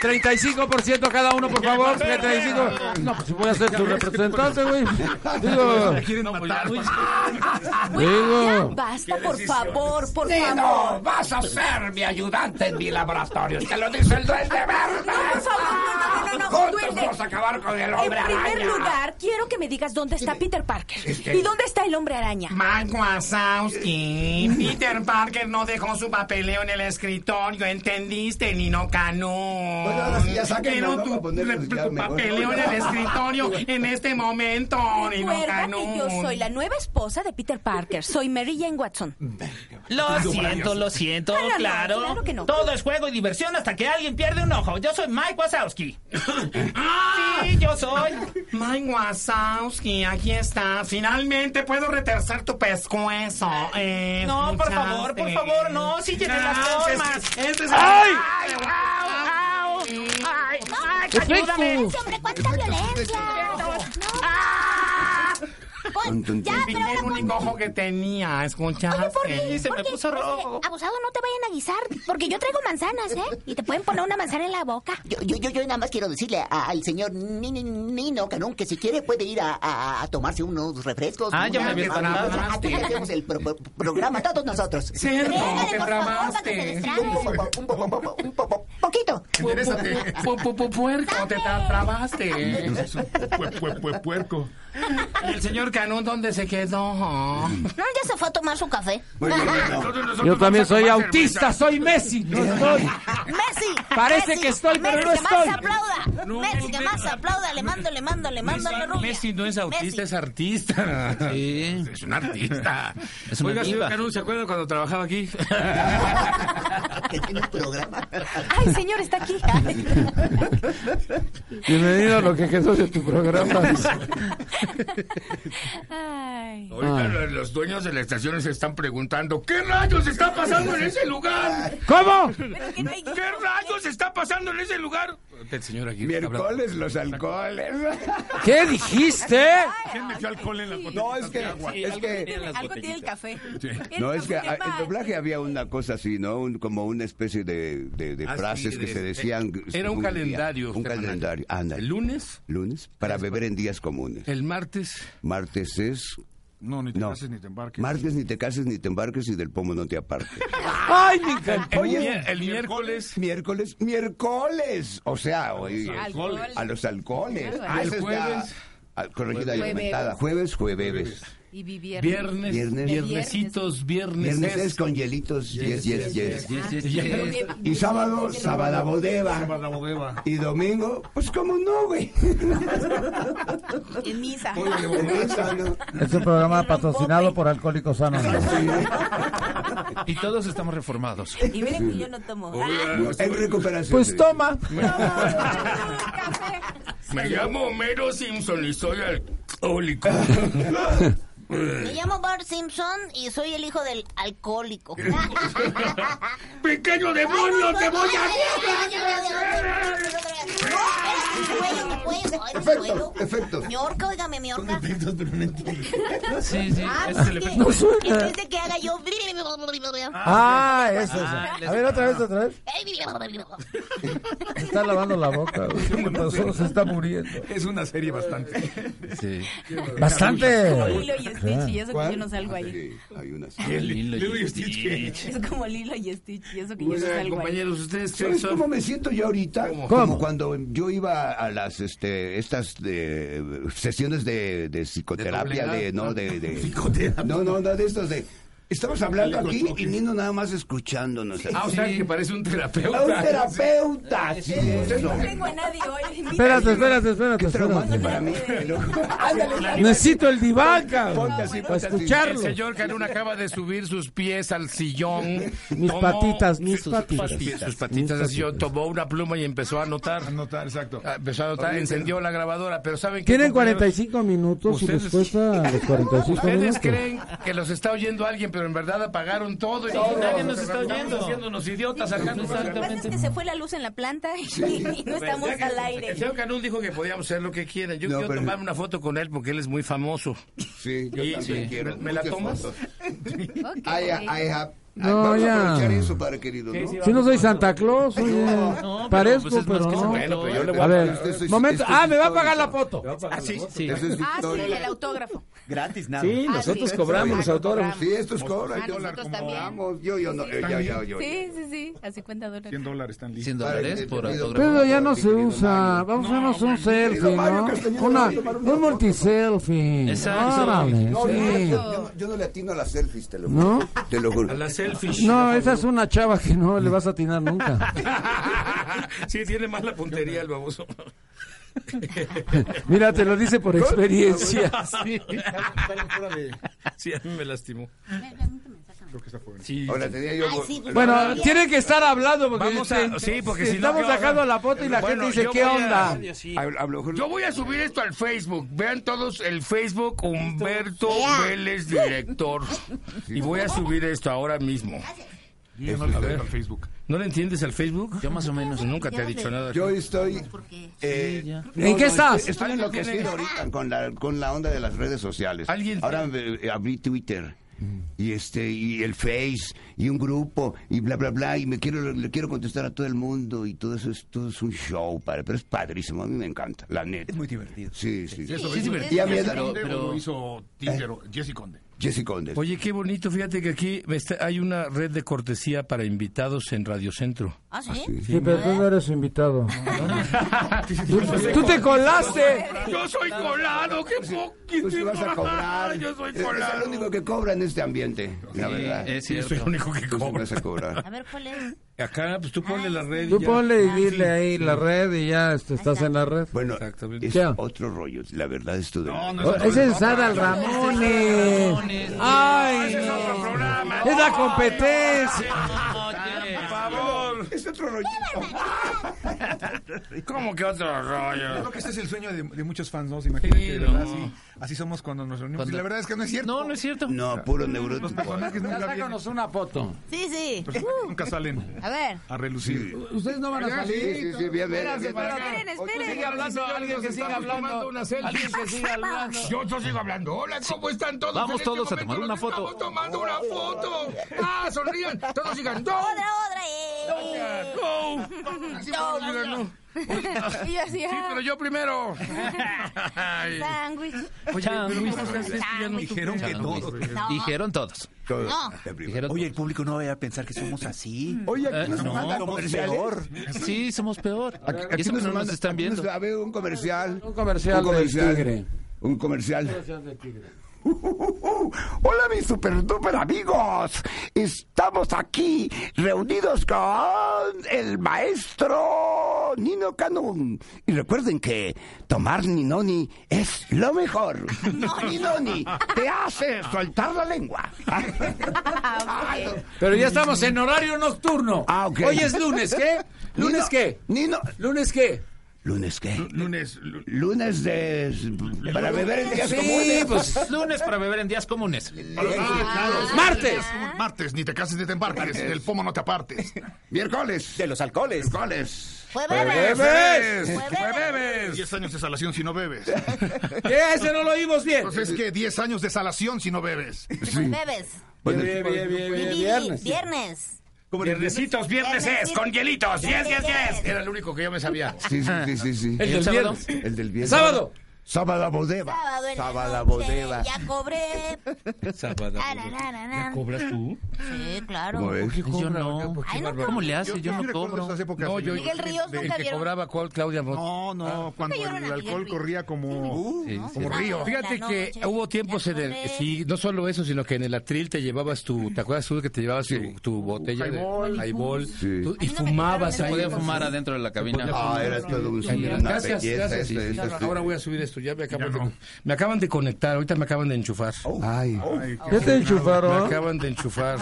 [SPEAKER 2] 35% cada uno, por favor. 35. No, pues si voy a ser tu representante, güey. Digo,
[SPEAKER 6] Quieren matar.
[SPEAKER 4] Ya,
[SPEAKER 2] digo.
[SPEAKER 4] basta, por favor, por favor.
[SPEAKER 3] Nino, vas a ser mi ayudante en mi laboratorio. Te lo dice el duende verde.
[SPEAKER 4] Por favor, no, no, no, no,
[SPEAKER 3] Juntos
[SPEAKER 4] duende.
[SPEAKER 3] vamos a acabar con el
[SPEAKER 4] En
[SPEAKER 3] hombre
[SPEAKER 4] primer
[SPEAKER 3] araña.
[SPEAKER 4] lugar, quiero que me digas dónde está Peter Parker.
[SPEAKER 6] Este-
[SPEAKER 4] ¿Y dónde está el hombre araña?
[SPEAKER 6] Mike Wazowski, Peter Parker no dejó su papeleo en el escritorio, ¿entendiste, Nino Canón?
[SPEAKER 3] Bueno, ahora sí, ya sáquenlo,
[SPEAKER 6] Pero
[SPEAKER 3] ¿no? Para
[SPEAKER 6] tu,
[SPEAKER 3] ponerlo
[SPEAKER 6] re-
[SPEAKER 3] ya
[SPEAKER 6] tu
[SPEAKER 3] mejor.
[SPEAKER 6] papeleo en el escritorio en este momento, Nino
[SPEAKER 4] Recuerda
[SPEAKER 6] Canón.
[SPEAKER 4] que yo soy la nueva esposa de Peter Parker. Soy Mary Jane Watson. Ah,
[SPEAKER 11] Lo siento, lo siento,
[SPEAKER 4] No, no, no,
[SPEAKER 11] claro.
[SPEAKER 4] claro que no.
[SPEAKER 11] Todo es juego y diversión hasta que alguien pierde un ojo. Yo soy Mike Wazowski. sí, yo soy.
[SPEAKER 6] Mike Wazowski, aquí está. Finalmente puedo reterzar tu pescuezo. eh,
[SPEAKER 11] No, por
[SPEAKER 6] muchas
[SPEAKER 11] favor, por
[SPEAKER 6] gracias.
[SPEAKER 11] favor, no, sí tiene las
[SPEAKER 6] Gracias.
[SPEAKER 11] formas.
[SPEAKER 6] Este es el-
[SPEAKER 11] ¡Ay!
[SPEAKER 6] ¡Ay, guau!
[SPEAKER 11] ¡Ay, Mike,
[SPEAKER 2] ¡Efecto!
[SPEAKER 11] ayúdame!
[SPEAKER 4] hombre, cuánta violencia!
[SPEAKER 11] ¡Ah!
[SPEAKER 4] Pues, ya, pero
[SPEAKER 6] El
[SPEAKER 4] ahora
[SPEAKER 6] único ojo que tenía, ¿escuchaste?
[SPEAKER 4] Oye, ¿por qué? ¿Por qué? Oye, Abusado, no te vayan a guisar, porque yo traigo manzanas, ¿eh? Y te pueden poner una manzana en la boca.
[SPEAKER 15] Yo, yo, yo, yo nada más quiero decirle a- al señor Ni- Ni- Nino Canón que si quiere puede ir a, a- a tomarse unos refrescos.
[SPEAKER 8] Ah, ya me
[SPEAKER 15] unas
[SPEAKER 8] había
[SPEAKER 15] cosas.
[SPEAKER 8] tramaste.
[SPEAKER 15] Aquí le hacemos el pro- pro- programa todos nosotros.
[SPEAKER 6] Cierto,
[SPEAKER 15] Véngale,
[SPEAKER 6] te
[SPEAKER 15] por favor, para que se
[SPEAKER 6] tramaste.
[SPEAKER 15] destrabe. Un po- un po- un po- un po- po- poquito.
[SPEAKER 6] Pu- pu- pu- Puerco, te tra- trabaste. Puerco. ¿Y el señor Canón dónde se quedó?
[SPEAKER 4] No, ya se fue a tomar su café.
[SPEAKER 16] Yo también soy autista, soy Messi. No estoy.
[SPEAKER 4] Messi.
[SPEAKER 16] Parece
[SPEAKER 4] Messi,
[SPEAKER 16] que estoy, pero
[SPEAKER 4] Messi,
[SPEAKER 16] no
[SPEAKER 4] que más
[SPEAKER 16] estoy.
[SPEAKER 4] aplauda. Messi, que más aplauda. Le mando, le mando, le mando a la rubia.
[SPEAKER 6] Messi no es autista,
[SPEAKER 17] este
[SPEAKER 6] es artista. Es un artista.
[SPEAKER 16] una
[SPEAKER 6] Oiga, señor
[SPEAKER 16] diva.
[SPEAKER 6] Canón, ¿se acuerda cuando trabajaba aquí?
[SPEAKER 4] Ay, señor, está aquí.
[SPEAKER 18] Bienvenido a lo que quedó de tu programa.
[SPEAKER 4] Ay.
[SPEAKER 17] Ahorita
[SPEAKER 18] Ah.
[SPEAKER 17] lo- los dueños de las estaciones se están preguntando ¿Qué rayos está pasando en ese lugar?
[SPEAKER 16] ¿Cómo?
[SPEAKER 17] ¿Qué rayos está pasando en ese lugar?
[SPEAKER 6] El señor aquí.
[SPEAKER 3] Miércoles los alcoholes.
[SPEAKER 16] ¿Qué dijiste?
[SPEAKER 17] ¿Quién metió alcohol en las botellas?
[SPEAKER 3] No, es que, es que,
[SPEAKER 5] Algo tiene el café.
[SPEAKER 3] no, es que
[SPEAKER 5] Porque
[SPEAKER 3] a- el
[SPEAKER 5] va-
[SPEAKER 3] doblaje había una cosa así, ¿no? Un- como una especie de, de- de
[SPEAKER 6] Ah, sí,
[SPEAKER 3] frases que
[SPEAKER 6] de-
[SPEAKER 3] se decían.
[SPEAKER 6] era un
[SPEAKER 3] según el día.
[SPEAKER 6] calendario
[SPEAKER 3] Un
[SPEAKER 6] semanal.
[SPEAKER 3] calendario. Anda.
[SPEAKER 6] El lunes,
[SPEAKER 3] Lunes, para beber en días comunes.
[SPEAKER 6] el martes.
[SPEAKER 3] Martes es.
[SPEAKER 1] No, ni te
[SPEAKER 3] No.
[SPEAKER 1] cases ni te embarques.
[SPEAKER 3] Martes ni te cases ni te embarques y del pomo no te apartes.
[SPEAKER 16] Ay, mi
[SPEAKER 6] El,
[SPEAKER 3] Oye,
[SPEAKER 6] mier- el miércoles.
[SPEAKER 3] Miércoles, miércoles. O sea, hoy
[SPEAKER 5] alcoholes.
[SPEAKER 3] a los alcoholes.
[SPEAKER 6] Ah, el
[SPEAKER 3] Esa es la-
[SPEAKER 6] jueves.
[SPEAKER 3] ah, Corregida y
[SPEAKER 5] Jueves.
[SPEAKER 3] aumentada. Jueves, jueves.
[SPEAKER 5] Y vivieron.
[SPEAKER 6] Viernes,
[SPEAKER 3] Viernes.
[SPEAKER 6] viernesitos, viernes,
[SPEAKER 3] Viernes es con hielitos. Yes, yes, yes.
[SPEAKER 6] yes.
[SPEAKER 3] Y sábado, sábado bodeva. Y domingo, pues cómo no, güey.
[SPEAKER 5] En misa.
[SPEAKER 2] Es un programa patrocinado por Alcohólicos Anónimos.
[SPEAKER 1] Y todos estamos reformados.
[SPEAKER 5] Y miren que yo no tomo.
[SPEAKER 3] En recuperación.
[SPEAKER 2] Pues toma.
[SPEAKER 17] Me llamo Homero Simpson y soy alcohólico.
[SPEAKER 4] Me llamo Bart Simpson y soy el hijo del alcohólico.
[SPEAKER 17] ¡Pequeño demonio, te voy
[SPEAKER 3] Efectos, efectos.
[SPEAKER 4] Mi orca, óigame, mi orca.
[SPEAKER 16] Sí, sí.
[SPEAKER 4] Ah,
[SPEAKER 16] ese
[SPEAKER 4] pues
[SPEAKER 16] le-
[SPEAKER 4] es que-
[SPEAKER 2] No suena.
[SPEAKER 4] es que es de que haga yo.
[SPEAKER 2] Ah, eso es. A ver, otra vez, otra vez. Se está lavando la boca. güey. ¿Qué le pasó? Se está muriendo.
[SPEAKER 6] Es una serie bastante.
[SPEAKER 2] Sí. Bastante.
[SPEAKER 5] Como Lilo y Stitch, y eso que
[SPEAKER 3] ¿Cuál?
[SPEAKER 5] yo no salgo ahí.
[SPEAKER 3] Ah, Hay unas.
[SPEAKER 6] Lilo y Stitch, ¿qué?
[SPEAKER 5] Es como Lilo y Stitch, y eso que yo
[SPEAKER 11] Pues
[SPEAKER 5] no
[SPEAKER 6] Oigan,
[SPEAKER 5] salgo ahí.
[SPEAKER 6] compañeros, ustedes
[SPEAKER 3] ¿Sabes
[SPEAKER 6] son-
[SPEAKER 3] cómo me siento yo ahorita? Como cuando yo iba a las este estas eh, sesiones de, de psicoterapia
[SPEAKER 6] doble A.
[SPEAKER 3] de, no de, de- No, no, no de estos de Estamos hablando aquí y Nino nada más escuchándonos.
[SPEAKER 6] Ah, o sea, que parece un terapeuta.
[SPEAKER 3] Un terapeuta. sí, eso.
[SPEAKER 5] No tengo a nadie hoy.
[SPEAKER 2] Espérate, espérate, espérate.
[SPEAKER 3] Traumante
[SPEAKER 2] espérate.
[SPEAKER 3] para mí.
[SPEAKER 2] Necesito el diván, cabrón,
[SPEAKER 3] Ponte
[SPEAKER 2] para
[SPEAKER 3] así, ponte así.
[SPEAKER 6] El
[SPEAKER 2] escucharlo.
[SPEAKER 6] señor Canún acaba de subir sus pies al sillón.
[SPEAKER 2] Mis
[SPEAKER 6] Tomó-
[SPEAKER 2] patitas, mis
[SPEAKER 6] sus
[SPEAKER 2] patitas.
[SPEAKER 6] patitas, Sus
[SPEAKER 2] Mis
[SPEAKER 6] patitas al
[SPEAKER 2] patitas.
[SPEAKER 6] sillón. Tomó una pluma y empezó a anotar.
[SPEAKER 1] Anotar, exacto.
[SPEAKER 6] Ah, Empezó a anotar, encendió la grabadora. Pero ¿saben qué?
[SPEAKER 2] Tienen
[SPEAKER 6] compañeros?
[SPEAKER 2] 45 minutos y
[SPEAKER 6] Ustedes-
[SPEAKER 2] les cuesta los 45
[SPEAKER 6] Ustedes
[SPEAKER 2] minutos.
[SPEAKER 6] creen que los está oyendo alguien, pero en verdad apagaron todo. Y
[SPEAKER 8] Nadie nos está
[SPEAKER 6] Estamos
[SPEAKER 8] oyendo.
[SPEAKER 6] haciéndonos idiotas acá.
[SPEAKER 5] Lo que pasa es que se fue la luz en la planta y, y no estamos
[SPEAKER 6] Ya que-
[SPEAKER 5] al
[SPEAKER 6] El
[SPEAKER 5] aire.
[SPEAKER 6] señor Canún dijo que podíamos hacer lo que quieran. Yo
[SPEAKER 3] No,
[SPEAKER 6] quiero
[SPEAKER 3] pero-
[SPEAKER 6] tomarme una foto con él porque él es muy famoso.
[SPEAKER 3] Sí, yo
[SPEAKER 6] Y-
[SPEAKER 3] también
[SPEAKER 6] sí.
[SPEAKER 3] quiero.
[SPEAKER 6] ¿Me la
[SPEAKER 3] muchas
[SPEAKER 6] tomas?
[SPEAKER 3] fotos.
[SPEAKER 5] Ok.
[SPEAKER 3] I, I have-
[SPEAKER 2] No,
[SPEAKER 3] Vamos
[SPEAKER 2] ya.
[SPEAKER 3] a aprovechar eso para querido, ¿no?
[SPEAKER 2] Si no soy Santa Claus, oye. parezco,
[SPEAKER 8] pues es más
[SPEAKER 2] pero
[SPEAKER 8] que
[SPEAKER 2] no.
[SPEAKER 8] bueno,
[SPEAKER 6] pero yo le voy
[SPEAKER 2] a
[SPEAKER 6] a
[SPEAKER 2] ver,
[SPEAKER 6] pagar.
[SPEAKER 3] Esto es-
[SPEAKER 2] momento.
[SPEAKER 3] esto es
[SPEAKER 2] Ah, me va a pagar
[SPEAKER 3] histórico.
[SPEAKER 2] la foto.
[SPEAKER 6] ¿Ah, sí? Sí.
[SPEAKER 3] Eso es
[SPEAKER 5] Ah, sí,
[SPEAKER 3] histórico.
[SPEAKER 5] el autógrafo.
[SPEAKER 2] Gratis, nada.
[SPEAKER 16] Sí,
[SPEAKER 5] Ah,
[SPEAKER 16] nosotros
[SPEAKER 5] sí.
[SPEAKER 16] cobramos los
[SPEAKER 5] Ah,
[SPEAKER 16] autógrafos.
[SPEAKER 3] Pues Sí, esto es cobra.
[SPEAKER 5] Ah, nosotros también.
[SPEAKER 3] Yo, yo, no, eh, ya, ya, yo.
[SPEAKER 5] Sí, sí, sí. A 50 dólares.
[SPEAKER 1] 100 dólares están listos.
[SPEAKER 16] 100 dólares por autógrafo.
[SPEAKER 2] Pero ya no se usa. Vamos a hacernos un selfie,
[SPEAKER 3] Mario
[SPEAKER 2] ¿no?
[SPEAKER 3] Castañeda,
[SPEAKER 2] Una,
[SPEAKER 3] vamos a tomar una
[SPEAKER 2] un multiselfie.
[SPEAKER 8] Exacto.
[SPEAKER 2] Órale,
[SPEAKER 3] No, yo,
[SPEAKER 2] sí.
[SPEAKER 3] yo- yo no- yo no le atino a las selfies, te lo juro.
[SPEAKER 2] ¿No?
[SPEAKER 3] Te lo juro.
[SPEAKER 6] A la selfish.
[SPEAKER 2] No, esa es una chava que no le vas a atinar nunca.
[SPEAKER 6] sí, tiene más la puntería el baboso.
[SPEAKER 2] Mira, te lo dice por experiencia.
[SPEAKER 6] Sí, a mí me lastimó. Sí.
[SPEAKER 3] Ahora tenía yo.
[SPEAKER 4] Ay, sí, pues,
[SPEAKER 2] Bueno,
[SPEAKER 4] todavía.
[SPEAKER 2] tienen que estar hablando porque,
[SPEAKER 6] Vamos a-
[SPEAKER 2] este,
[SPEAKER 6] sí, porque si no,
[SPEAKER 2] estamos
[SPEAKER 6] ¿qué va a
[SPEAKER 2] sacando
[SPEAKER 6] hablar?
[SPEAKER 2] la foto y la
[SPEAKER 6] Bueno,
[SPEAKER 2] gente dice,
[SPEAKER 6] yo
[SPEAKER 2] ¿qué
[SPEAKER 6] voy a-
[SPEAKER 2] onda?
[SPEAKER 3] A, a lo mejor-
[SPEAKER 17] Yo voy a subir esto al Facebook. Vean todos el Facebook Humberto Vélez, director. Y voy a subir esto ahora mismo.
[SPEAKER 1] Yo no
[SPEAKER 6] Eso
[SPEAKER 1] le
[SPEAKER 6] es.
[SPEAKER 1] entiendo al Facebook.
[SPEAKER 6] ¿No le entiendes al Facebook? Yo más o menos. Nunca te ha dicho nada.
[SPEAKER 3] Yo estoy. eh, no,
[SPEAKER 6] ¿En qué
[SPEAKER 3] no,
[SPEAKER 6] estás?
[SPEAKER 3] Estoy, estoy
[SPEAKER 6] Ah, no tiene-
[SPEAKER 3] enloquecido ahorita con la, con la onda de las redes sociales. Ahora eh, abrí Twitter. Y este y el Face y un grupo y bla bla bla y me quiero le quiero contestar a todo el mundo y todo eso es todo es un show padre pero es padrísimo a mí me encanta la neta es muy divertido sí sí
[SPEAKER 1] Eso
[SPEAKER 3] Y
[SPEAKER 1] es
[SPEAKER 3] a mi edad-
[SPEAKER 1] Pero, pero... Lo hizo Tinder, o Jesse Conde.
[SPEAKER 3] Jesse Conde
[SPEAKER 6] Oye, qué bonito. Fíjate que aquí me está- hay una red de cortesía para invitados en Radio Centro.
[SPEAKER 4] ¿Ah, sí?
[SPEAKER 2] Sí, pero tú no eres invitado. Tú-
[SPEAKER 6] Tú
[SPEAKER 2] te colaste.
[SPEAKER 6] Yo soy colado, qué poco.
[SPEAKER 3] Tú sí Pues vas a cobrar. Es- Es el único que cobra en este ambiente, la
[SPEAKER 6] Sí,
[SPEAKER 3] verdad.
[SPEAKER 6] es cierto. Soy el único que
[SPEAKER 3] cobra. Pues Vas a cobrar.
[SPEAKER 4] A ver, ¿cuál es?
[SPEAKER 6] Acá, pues tú ponle la red. y
[SPEAKER 2] Ah, Tú
[SPEAKER 6] ya. Ah,
[SPEAKER 2] ponle y
[SPEAKER 6] Sí.
[SPEAKER 2] dile ahí la red y ya este, estás en la red.
[SPEAKER 3] Bueno, es otro rollo. La verdad es todo.
[SPEAKER 2] Oh, ese es Adal Ramones. Ay, no. Es la competencia.
[SPEAKER 3] Es otro rollo.
[SPEAKER 6] ¿Cómo que otro
[SPEAKER 1] Yo
[SPEAKER 6] rollo?
[SPEAKER 1] creo que este es el sueño de, de muchos fans, ¿no? Se imaginan que de verdad así, así somos cuando nos reunimos.
[SPEAKER 6] Cuando-
[SPEAKER 1] Y la verdad es que no es cierto. No, no es cierto.
[SPEAKER 3] No, puro
[SPEAKER 1] Los
[SPEAKER 3] neurótico.
[SPEAKER 1] personajes nunca vienen.
[SPEAKER 2] una foto.
[SPEAKER 4] Sí, sí.
[SPEAKER 1] Los personajes nunca salen
[SPEAKER 4] A ver.
[SPEAKER 1] a relucir.
[SPEAKER 2] Ustedes no van a salir.
[SPEAKER 3] Sí, sí, sí, bien, bien, bien.
[SPEAKER 2] espérate.
[SPEAKER 6] Sigue hablando, alguien que siga hablando. Alguien que siga hablando.
[SPEAKER 17] Yo, yo sigo hablando. Hola, ¿cómo están todos?
[SPEAKER 6] Vamos
[SPEAKER 1] este
[SPEAKER 17] En
[SPEAKER 6] todos a
[SPEAKER 17] momento
[SPEAKER 6] tomar
[SPEAKER 17] nos
[SPEAKER 6] una foto. Oh.
[SPEAKER 17] Estamos tomando una foto. Ah, sonrían. Todos sigan. ¡No!
[SPEAKER 4] Otra, otra. eh.
[SPEAKER 6] ¡No!
[SPEAKER 17] Sí, todos digan, no.
[SPEAKER 5] Y yo así,
[SPEAKER 6] Sí,
[SPEAKER 5] ah,
[SPEAKER 6] pero yo primero. Ay.
[SPEAKER 5] sándwich.
[SPEAKER 6] Luis,
[SPEAKER 11] Dijeron que todos. Dijeron todos.
[SPEAKER 4] No.
[SPEAKER 11] Dijeron Oye, el público no vaya a pensar que somos así.
[SPEAKER 3] Oye, aquí
[SPEAKER 11] Eh,
[SPEAKER 3] nos
[SPEAKER 11] no,
[SPEAKER 3] mandan
[SPEAKER 11] somos
[SPEAKER 3] comerciales.
[SPEAKER 11] peor. Sí, somos peor. y eso que no nos
[SPEAKER 3] manda-
[SPEAKER 11] están
[SPEAKER 3] aquí nos-
[SPEAKER 11] viendo.
[SPEAKER 3] A ver, un comercial. Un
[SPEAKER 2] comercial
[SPEAKER 3] Un comercial.
[SPEAKER 2] del tigre.
[SPEAKER 3] Un comercial. Hola, mis super duper amigos. Estamos aquí reunidos con el maestro Nino Canún. Y recuerden que tomar Ninoni es lo mejor. Ninoni te hace soltar la lengua.
[SPEAKER 16] Pero ya estamos en horario nocturno.
[SPEAKER 3] Ah, ok.
[SPEAKER 16] Hoy es lunes, ¿qué? ¿Lunes
[SPEAKER 3] Nino-
[SPEAKER 16] qué?
[SPEAKER 3] Nino.
[SPEAKER 16] ¿Lunes qué?
[SPEAKER 3] ¿Lunes qué?
[SPEAKER 16] Lunes.
[SPEAKER 3] Lunes de... para beber en días
[SPEAKER 11] sí,
[SPEAKER 3] comunes.
[SPEAKER 11] pues lunes para beber en días comunes.
[SPEAKER 16] ¡Martes!
[SPEAKER 1] Martes, ni te cases ni te embarques. Del pomo no te apartes.
[SPEAKER 3] Miércoles.
[SPEAKER 11] De los alcoholes.
[SPEAKER 3] Miércoles.
[SPEAKER 1] Jueves.
[SPEAKER 6] Jueves.
[SPEAKER 1] 10 años de salación si no bebes.
[SPEAKER 16] ¿Qué? Ese no lo oímos bien.
[SPEAKER 1] Pues es que 10 años de salación si no bebes.
[SPEAKER 4] Bebes.
[SPEAKER 16] Bien, bien, bien, bien,
[SPEAKER 4] Viernes. Viernes.
[SPEAKER 6] Viernesitos, viernes es, con hielitos. Yes, yes, yes. Era el único que yo me sabía.
[SPEAKER 3] Sí, sí, sí, sí, sí.
[SPEAKER 6] ¿El del
[SPEAKER 3] sábado?
[SPEAKER 6] viernes?
[SPEAKER 3] El del viernes.
[SPEAKER 6] Sábado.
[SPEAKER 3] Sábado bodeva.
[SPEAKER 4] Sábado en la
[SPEAKER 3] Sábado
[SPEAKER 4] noche,
[SPEAKER 3] bodeva.
[SPEAKER 4] Ya cobré.
[SPEAKER 6] Sábado.
[SPEAKER 4] Tarararara.
[SPEAKER 6] ¿Cobras tú?
[SPEAKER 4] Sí, claro.
[SPEAKER 6] ¿Cómo es?
[SPEAKER 11] Yo no.
[SPEAKER 4] Ay, no
[SPEAKER 11] ¿Cómo
[SPEAKER 4] cobro.
[SPEAKER 11] le hace? Yo
[SPEAKER 1] Yo
[SPEAKER 11] no
[SPEAKER 1] recuerdo
[SPEAKER 11] cobro.
[SPEAKER 1] esas épocas.
[SPEAKER 6] No, yo.
[SPEAKER 4] Miguel Ríos
[SPEAKER 6] el
[SPEAKER 4] nunca
[SPEAKER 6] que
[SPEAKER 4] vieron.
[SPEAKER 6] cobraba cuál, Claudia Bot.
[SPEAKER 1] No, no, cuando
[SPEAKER 4] Nunca lloran
[SPEAKER 1] el
[SPEAKER 4] a Miguel
[SPEAKER 1] alcohol
[SPEAKER 4] Ríos.
[SPEAKER 1] corría como, como
[SPEAKER 4] sí.
[SPEAKER 1] río.
[SPEAKER 6] Fíjate
[SPEAKER 4] La
[SPEAKER 6] que
[SPEAKER 4] noche,
[SPEAKER 6] hubo tiempos en el. Sí, no solo eso, sino que en el atril te llevabas tu. ¿Te acuerdas tú que te llevabas tu, tu botella
[SPEAKER 1] highball.
[SPEAKER 6] de highball?
[SPEAKER 3] Sí.
[SPEAKER 6] Tú- y fumabas.
[SPEAKER 11] Se
[SPEAKER 6] ahí.
[SPEAKER 11] podía fumar adentro de la cabina.
[SPEAKER 3] Ah, era todo un
[SPEAKER 6] Ahí,
[SPEAKER 3] una
[SPEAKER 6] Gracias,
[SPEAKER 3] belleza,
[SPEAKER 6] gracias.
[SPEAKER 3] esto, esto, esto.
[SPEAKER 6] Ahora voy a subir esto. Ya me acaban, de, me acaban de conectar. Ahorita me acaban de enchufar.
[SPEAKER 3] Ay.
[SPEAKER 2] ¿Ya te
[SPEAKER 6] Me
[SPEAKER 2] enchufaron?
[SPEAKER 6] acaban de enchufar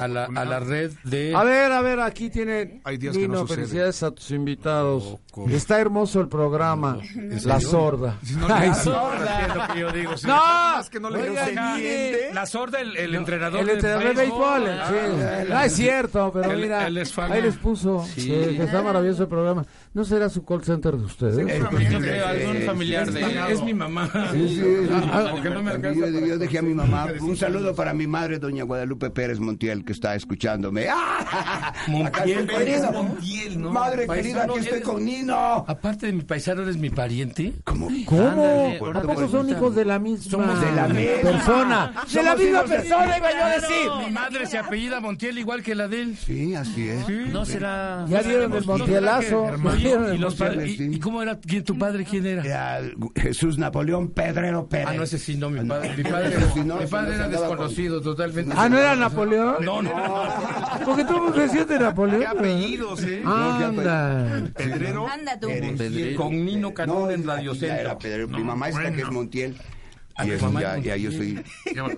[SPEAKER 6] a la, a la red de.
[SPEAKER 2] ¿Ah? A ver, a ver, aquí tienen.
[SPEAKER 1] Hay días que no
[SPEAKER 2] Nino,
[SPEAKER 1] sucede.
[SPEAKER 2] felicidades a tus invitados. Está hermoso el programa. La
[SPEAKER 6] serio?
[SPEAKER 2] sorda.
[SPEAKER 1] Si no le
[SPEAKER 2] Ay,
[SPEAKER 1] das-
[SPEAKER 2] sí.
[SPEAKER 6] Es lo que yo digo. sí.
[SPEAKER 2] ¡No!
[SPEAKER 1] Es que no le
[SPEAKER 2] Oiga,
[SPEAKER 1] gusta.
[SPEAKER 2] mire,
[SPEAKER 6] La sorda, el, el entrenador.
[SPEAKER 2] El
[SPEAKER 6] de Ah,
[SPEAKER 2] entrenador de béisbol.
[SPEAKER 1] Ah,
[SPEAKER 2] sí. No es cierto, pero
[SPEAKER 6] Él-
[SPEAKER 2] mira.
[SPEAKER 6] él es fan.
[SPEAKER 2] Ahí les puso. sí, que está maravilloso el programa. ¿No será su call center de ustedes?
[SPEAKER 11] Yo creo, algún familiar de.
[SPEAKER 6] Es mi mamá.
[SPEAKER 3] Sí, sí, sí.
[SPEAKER 6] Porque no me
[SPEAKER 3] Porque
[SPEAKER 6] alcanza.
[SPEAKER 3] yo, yo dejé a mi mamá. Un saludo para mi madre, doña Guadalupe Pérez Montiel, que está escuchándome. ¡Ah! Acá estoy con Nino. Madre querida, aquí estoy con Nino.
[SPEAKER 6] Aparte de mi paisano, eres mi pariente.
[SPEAKER 3] ¿Cómo?
[SPEAKER 2] ¿Cómo?
[SPEAKER 11] Ándale,
[SPEAKER 2] ¿A
[SPEAKER 3] ahora
[SPEAKER 2] poco
[SPEAKER 3] pues,
[SPEAKER 2] son hijos de la misma
[SPEAKER 6] Somos de la
[SPEAKER 3] misma.
[SPEAKER 2] persona? ¡De la
[SPEAKER 6] Somos
[SPEAKER 2] misma
[SPEAKER 6] hijos de-
[SPEAKER 2] persona, iba yo a decir!
[SPEAKER 6] Mi madre se apellida Montiel igual que la de él.
[SPEAKER 3] Sí, así es.
[SPEAKER 11] No será.
[SPEAKER 2] Ya dieron el montielazo.
[SPEAKER 6] Hermano,
[SPEAKER 2] ya dieron
[SPEAKER 6] y,
[SPEAKER 2] el
[SPEAKER 6] los
[SPEAKER 2] montielazo.
[SPEAKER 6] padres-
[SPEAKER 3] sí.
[SPEAKER 6] y- y cómo era quién- tu padre? ¿Quién era?
[SPEAKER 3] Era Jesús Napoleón Pedrero Pérez.
[SPEAKER 6] Ah, no, ese sí, no, mi padre. Mi padre,
[SPEAKER 3] Ese sí, no,
[SPEAKER 6] mi
[SPEAKER 3] ese
[SPEAKER 6] padre
[SPEAKER 3] no
[SPEAKER 6] era
[SPEAKER 3] se andaba con-
[SPEAKER 6] desconocido totalmente.
[SPEAKER 2] Ah, ¿no era Napoleón?
[SPEAKER 6] No, no,
[SPEAKER 2] Porque tú me decías de Napoleón.
[SPEAKER 1] ¿Qué apellidos,
[SPEAKER 2] Ah,
[SPEAKER 1] eh?
[SPEAKER 2] Anda.
[SPEAKER 1] Pedrero.
[SPEAKER 5] Anda tú.
[SPEAKER 3] Pérez.
[SPEAKER 11] Pedrero.
[SPEAKER 6] Con Nino Canón
[SPEAKER 3] No,
[SPEAKER 6] en
[SPEAKER 3] ya
[SPEAKER 6] Radio
[SPEAKER 3] era
[SPEAKER 6] Centro.
[SPEAKER 3] Pedrero. Mi mamá está que es Montiel.
[SPEAKER 6] Ah,
[SPEAKER 3] Y
[SPEAKER 6] tu
[SPEAKER 3] eso
[SPEAKER 6] mamá
[SPEAKER 3] ya,
[SPEAKER 6] es
[SPEAKER 3] ya yo soy,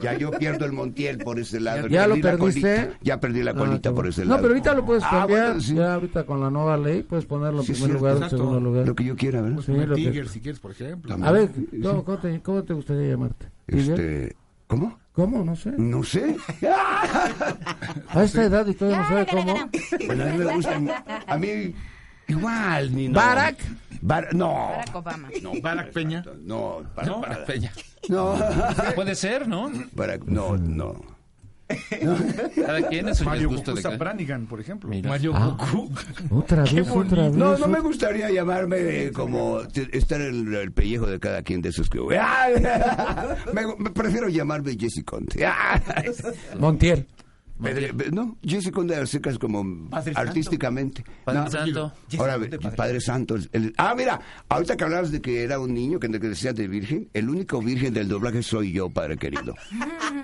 [SPEAKER 3] ya yo pierdo el Montiel por ese lado.
[SPEAKER 2] ¿Ya lo
[SPEAKER 3] Perdí la
[SPEAKER 2] perdiste? Ah,
[SPEAKER 3] colita, ya perdí la colita por ese
[SPEAKER 2] No,
[SPEAKER 3] lado.
[SPEAKER 2] pero ahorita lo puedes
[SPEAKER 3] Ah,
[SPEAKER 2] cambiar.
[SPEAKER 3] bueno, sí.
[SPEAKER 2] Ya ahorita con la nueva ley puedes ponerlo en
[SPEAKER 3] Sí,
[SPEAKER 2] primer
[SPEAKER 3] cierto,
[SPEAKER 2] lugar, en
[SPEAKER 3] exacto.
[SPEAKER 2] segundo lugar.
[SPEAKER 3] Lo que yo quiera, ¿verdad?
[SPEAKER 2] Sí, lo que-
[SPEAKER 1] Tiger, si quieres, por ejemplo.
[SPEAKER 2] A ver, ¿cómo, cómo te, cómo te gustaría llamarte? ¿Tiger?
[SPEAKER 3] Este, ¿Cómo?
[SPEAKER 2] ¿Cómo? No sé.
[SPEAKER 3] No sé.
[SPEAKER 2] A esta edad y todavía no sabe cómo.
[SPEAKER 3] Bueno, a mí me gusta. A mí, igual, ni no.
[SPEAKER 2] ¿Barack?
[SPEAKER 3] Bar- no.
[SPEAKER 19] Barack Obama.
[SPEAKER 3] No,
[SPEAKER 20] Barack Peña.
[SPEAKER 3] No, para,
[SPEAKER 20] No, Barack Peña.
[SPEAKER 3] No.
[SPEAKER 20] Puede ser, ¿no?
[SPEAKER 3] Barack- no, no.
[SPEAKER 20] Cada quien es su
[SPEAKER 1] Mario
[SPEAKER 20] gusto de
[SPEAKER 1] Cucuza
[SPEAKER 20] cada-
[SPEAKER 1] Branigan, por ejemplo.
[SPEAKER 20] Mario
[SPEAKER 3] Ah.
[SPEAKER 2] Otra
[SPEAKER 3] Qué
[SPEAKER 2] vez,
[SPEAKER 3] bonito.
[SPEAKER 2] otra vez.
[SPEAKER 3] No, no me gustaría llamarme eh, como te- estar en el, el pellejo de cada quien de esos que. ¡Ah! Me, me prefiero llamarme Jesse Conte. ¡Ah!
[SPEAKER 2] Montiel.
[SPEAKER 3] Pedre- pe- no, Jesse Conde acercas como
[SPEAKER 20] Padre Santo.
[SPEAKER 3] artísticamente.
[SPEAKER 20] Padre
[SPEAKER 3] No,
[SPEAKER 20] Santo.
[SPEAKER 3] Ahora, ve, Padre Santo. el- el- ah, mira, ahorita que hablabas de que era un niño, que que decías de virgen, el único virgen del doblaje soy yo, Padre querido.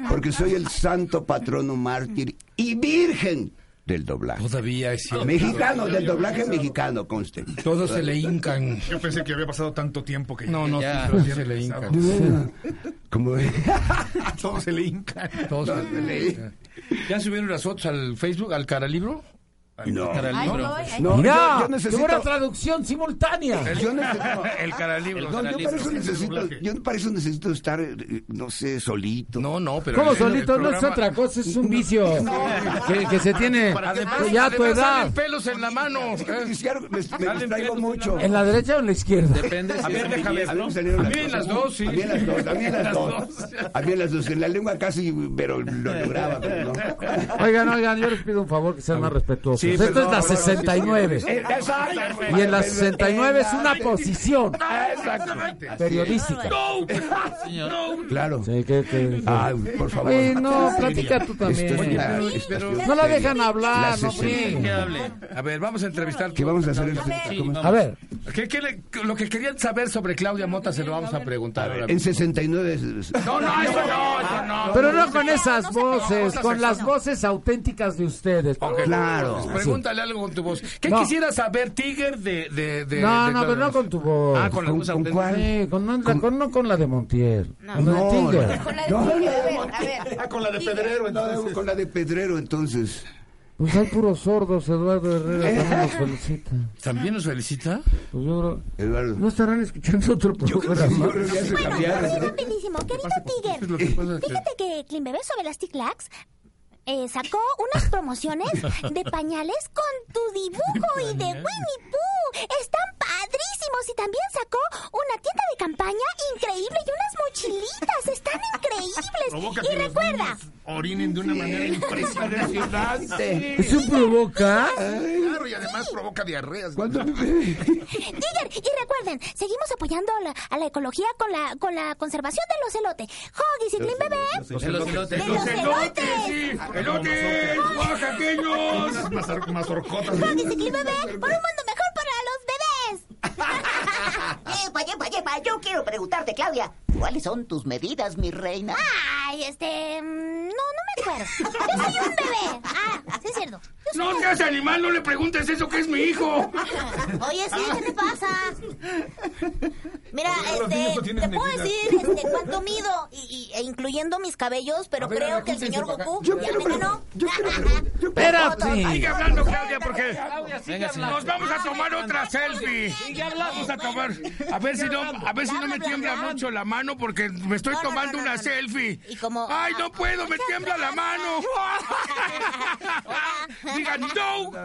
[SPEAKER 3] Porque soy el santo patrono mártir y virgen del doblaje.
[SPEAKER 6] Todavía es cierto.
[SPEAKER 3] Mexicano, del doblaje mexicano, conste.
[SPEAKER 6] Todos se le hincan.
[SPEAKER 1] Yo pensé que había pasado tanto tiempo que
[SPEAKER 6] No, no,
[SPEAKER 1] Ya.
[SPEAKER 6] todos se le hincan.
[SPEAKER 3] Como
[SPEAKER 1] Todo se le hinca.
[SPEAKER 6] Todos se le hincan. ¿Ya subieron las fotos al Facebook, al Caralibro?
[SPEAKER 3] No.
[SPEAKER 6] Caralibro.
[SPEAKER 3] No,
[SPEAKER 6] No,
[SPEAKER 2] Mira,
[SPEAKER 6] yo- yo
[SPEAKER 2] qué buena
[SPEAKER 6] necesito...
[SPEAKER 2] traducción simultánea.
[SPEAKER 3] Yo necesito-
[SPEAKER 6] Eh, El Caralibro.
[SPEAKER 3] No, yo para eso necesito, yo para eso necesito estar, eh, no sé, solito.
[SPEAKER 6] No, no, pero...
[SPEAKER 2] ¿Cómo
[SPEAKER 6] el- el
[SPEAKER 2] solito? No es
[SPEAKER 6] programa-
[SPEAKER 2] otra cosa, es un vicio que, que se tiene
[SPEAKER 6] Para que-
[SPEAKER 2] ya a tu
[SPEAKER 6] además
[SPEAKER 2] edad.
[SPEAKER 6] salen pelos en la mano.
[SPEAKER 3] Me distraigo mucho.
[SPEAKER 2] ¿En la derecha o en la izquierda?
[SPEAKER 6] si
[SPEAKER 3] A
[SPEAKER 6] es
[SPEAKER 3] ver,
[SPEAKER 6] de
[SPEAKER 3] déjame,
[SPEAKER 6] billetes,
[SPEAKER 3] a mí
[SPEAKER 6] ¿no?
[SPEAKER 3] me salieron
[SPEAKER 6] A mí en las
[SPEAKER 3] cosas.
[SPEAKER 6] dos, sí.
[SPEAKER 3] A mí en las dos, a mí en las
[SPEAKER 6] Las
[SPEAKER 3] dos. A mí en las dos. En la lengua casi, pero lo lograba, pero no.
[SPEAKER 2] Oigan, oigan, yo les pido un favor que sean más respetuosos.
[SPEAKER 3] Sí,
[SPEAKER 2] Esto
[SPEAKER 3] perdón,
[SPEAKER 2] es la
[SPEAKER 3] perdón,
[SPEAKER 2] 69.
[SPEAKER 3] sí, sí. Eh, Exacto.
[SPEAKER 2] Y en la 69 es una posición
[SPEAKER 3] Exactamente. pues,
[SPEAKER 2] periodística.
[SPEAKER 3] Claro.
[SPEAKER 2] Sí, que- que-
[SPEAKER 6] Ah,
[SPEAKER 3] Ay, por favor.
[SPEAKER 2] Oye, no, platica tú también.
[SPEAKER 3] Esto es una-
[SPEAKER 2] Oye,
[SPEAKER 3] esto es
[SPEAKER 2] No la
[SPEAKER 3] serio.
[SPEAKER 2] dejan hablar,
[SPEAKER 3] La
[SPEAKER 2] no
[SPEAKER 3] sesenta.
[SPEAKER 2] friegues.
[SPEAKER 6] A ver, vamos a entrevistar.
[SPEAKER 3] ¿Qué vamos a hacer? ¿Cómo es?
[SPEAKER 2] A ver,
[SPEAKER 6] ¿Qué- qué le- lo que querían saber sobre Claudia Mota se lo vamos a preguntar. ahora.
[SPEAKER 3] En 69 es-
[SPEAKER 6] No, no, eso no, eso no.
[SPEAKER 2] pero no con esas voces,
[SPEAKER 6] no,
[SPEAKER 2] con
[SPEAKER 6] no,
[SPEAKER 2] las
[SPEAKER 6] no.
[SPEAKER 2] voces auténticas de ustedes.
[SPEAKER 6] Ok.
[SPEAKER 3] Claro.
[SPEAKER 6] Pregúntale algo con tu voz. ¿Qué
[SPEAKER 2] No.
[SPEAKER 6] quisiera saber, Tiger, de... de, de
[SPEAKER 2] No,
[SPEAKER 6] de-
[SPEAKER 2] no,
[SPEAKER 6] de-
[SPEAKER 2] pero no con tu voz.
[SPEAKER 6] Ah, con la voz auténtica.
[SPEAKER 2] Sí, con, no, con- no con la de Montiel. Con la de
[SPEAKER 3] No,
[SPEAKER 2] Tiger.
[SPEAKER 3] no.
[SPEAKER 19] No,
[SPEAKER 3] No,
[SPEAKER 19] a ver, a ver.
[SPEAKER 4] Ah,
[SPEAKER 6] con la de Pedrero,
[SPEAKER 3] no, Con la de Pedrero, entonces.
[SPEAKER 2] Pues hay puros sordos, Eduardo Herrera también nos felicita.
[SPEAKER 6] ¿También nos felicita?
[SPEAKER 2] Pues yo creo-
[SPEAKER 3] Eduardo.
[SPEAKER 2] ¿No estarán escuchando otro programa?
[SPEAKER 3] Yo creo que ya se
[SPEAKER 11] Bueno,
[SPEAKER 3] cambiaron.
[SPEAKER 11] es buenísimo. Querido
[SPEAKER 6] que pasa
[SPEAKER 11] Tiger,
[SPEAKER 6] es que-
[SPEAKER 11] fíjate que Clean Bebé sobre las Tic Lacs, eh, sacó unas promociones de pañales con tu dibujo y de Winnie Pooh. Están padrísimos. Y también sacó una tienda de campaña increíble y unas mochilitas. Están
[SPEAKER 21] Provoca que
[SPEAKER 11] increíbles. Y
[SPEAKER 21] los
[SPEAKER 11] recuerda,
[SPEAKER 21] niños orinen de una manera impresionante.
[SPEAKER 2] ¿Es un provoca?
[SPEAKER 21] Claro, y además provoca diarreas.
[SPEAKER 3] ¿Cuánto?
[SPEAKER 11] Tiger, y recuerden, seguimos apoyando a la, a la ecología con la, con la conservación del ocelote. Hoggies y Clean Bebé.
[SPEAKER 20] De los elotes.
[SPEAKER 11] ¡De los
[SPEAKER 21] elotes,
[SPEAKER 11] elotes!
[SPEAKER 21] ¡Elotes! ¡Oaxaqueños! Mazor- Mazorcotas.
[SPEAKER 11] Hoggies y Clean Bebé por un mundo mejor para los bebés.
[SPEAKER 15] Yepa, yepa, yepa, yo quiero preguntarte, Claudia, ¿cuáles son tus medidas, mi reina?
[SPEAKER 11] Ay, este. mm, No, no me acuerdo. Yo soy un bebé. Ah, sí es cierto. Yo soy
[SPEAKER 4] No
[SPEAKER 11] un
[SPEAKER 4] seas animal, no le preguntes eso que es mi hijo.
[SPEAKER 11] bebé. Oye, sí, ¿qué te pasa? Mira,
[SPEAKER 1] Los niños no
[SPEAKER 11] este,
[SPEAKER 1] tienen
[SPEAKER 11] te puedo
[SPEAKER 1] medidas.
[SPEAKER 11] decir este, cuánto mido, y, y- e incluyendo mis cabellos, pero
[SPEAKER 4] ver,
[SPEAKER 11] creo que el
[SPEAKER 4] júntense
[SPEAKER 11] señor
[SPEAKER 4] para acá.
[SPEAKER 11] Goku
[SPEAKER 3] Yo
[SPEAKER 11] ya
[SPEAKER 3] quiero
[SPEAKER 11] me
[SPEAKER 3] ver-
[SPEAKER 11] ganó.
[SPEAKER 3] yo quiero ver- yo quiero-
[SPEAKER 4] Sigue
[SPEAKER 2] Espérate.
[SPEAKER 4] hablando, Claudia, porque
[SPEAKER 20] Venga, sí.
[SPEAKER 4] nos vamos a tomar otra selfie. Vamos a tomar. A ver si no, a ver si no me tiembla mucho la mano porque me estoy
[SPEAKER 11] No, no,
[SPEAKER 4] tomando
[SPEAKER 11] no, no,
[SPEAKER 4] una
[SPEAKER 11] no.
[SPEAKER 4] selfie.
[SPEAKER 11] Y como-
[SPEAKER 4] Ay, no puedo, me tiembla la mano. Digan no,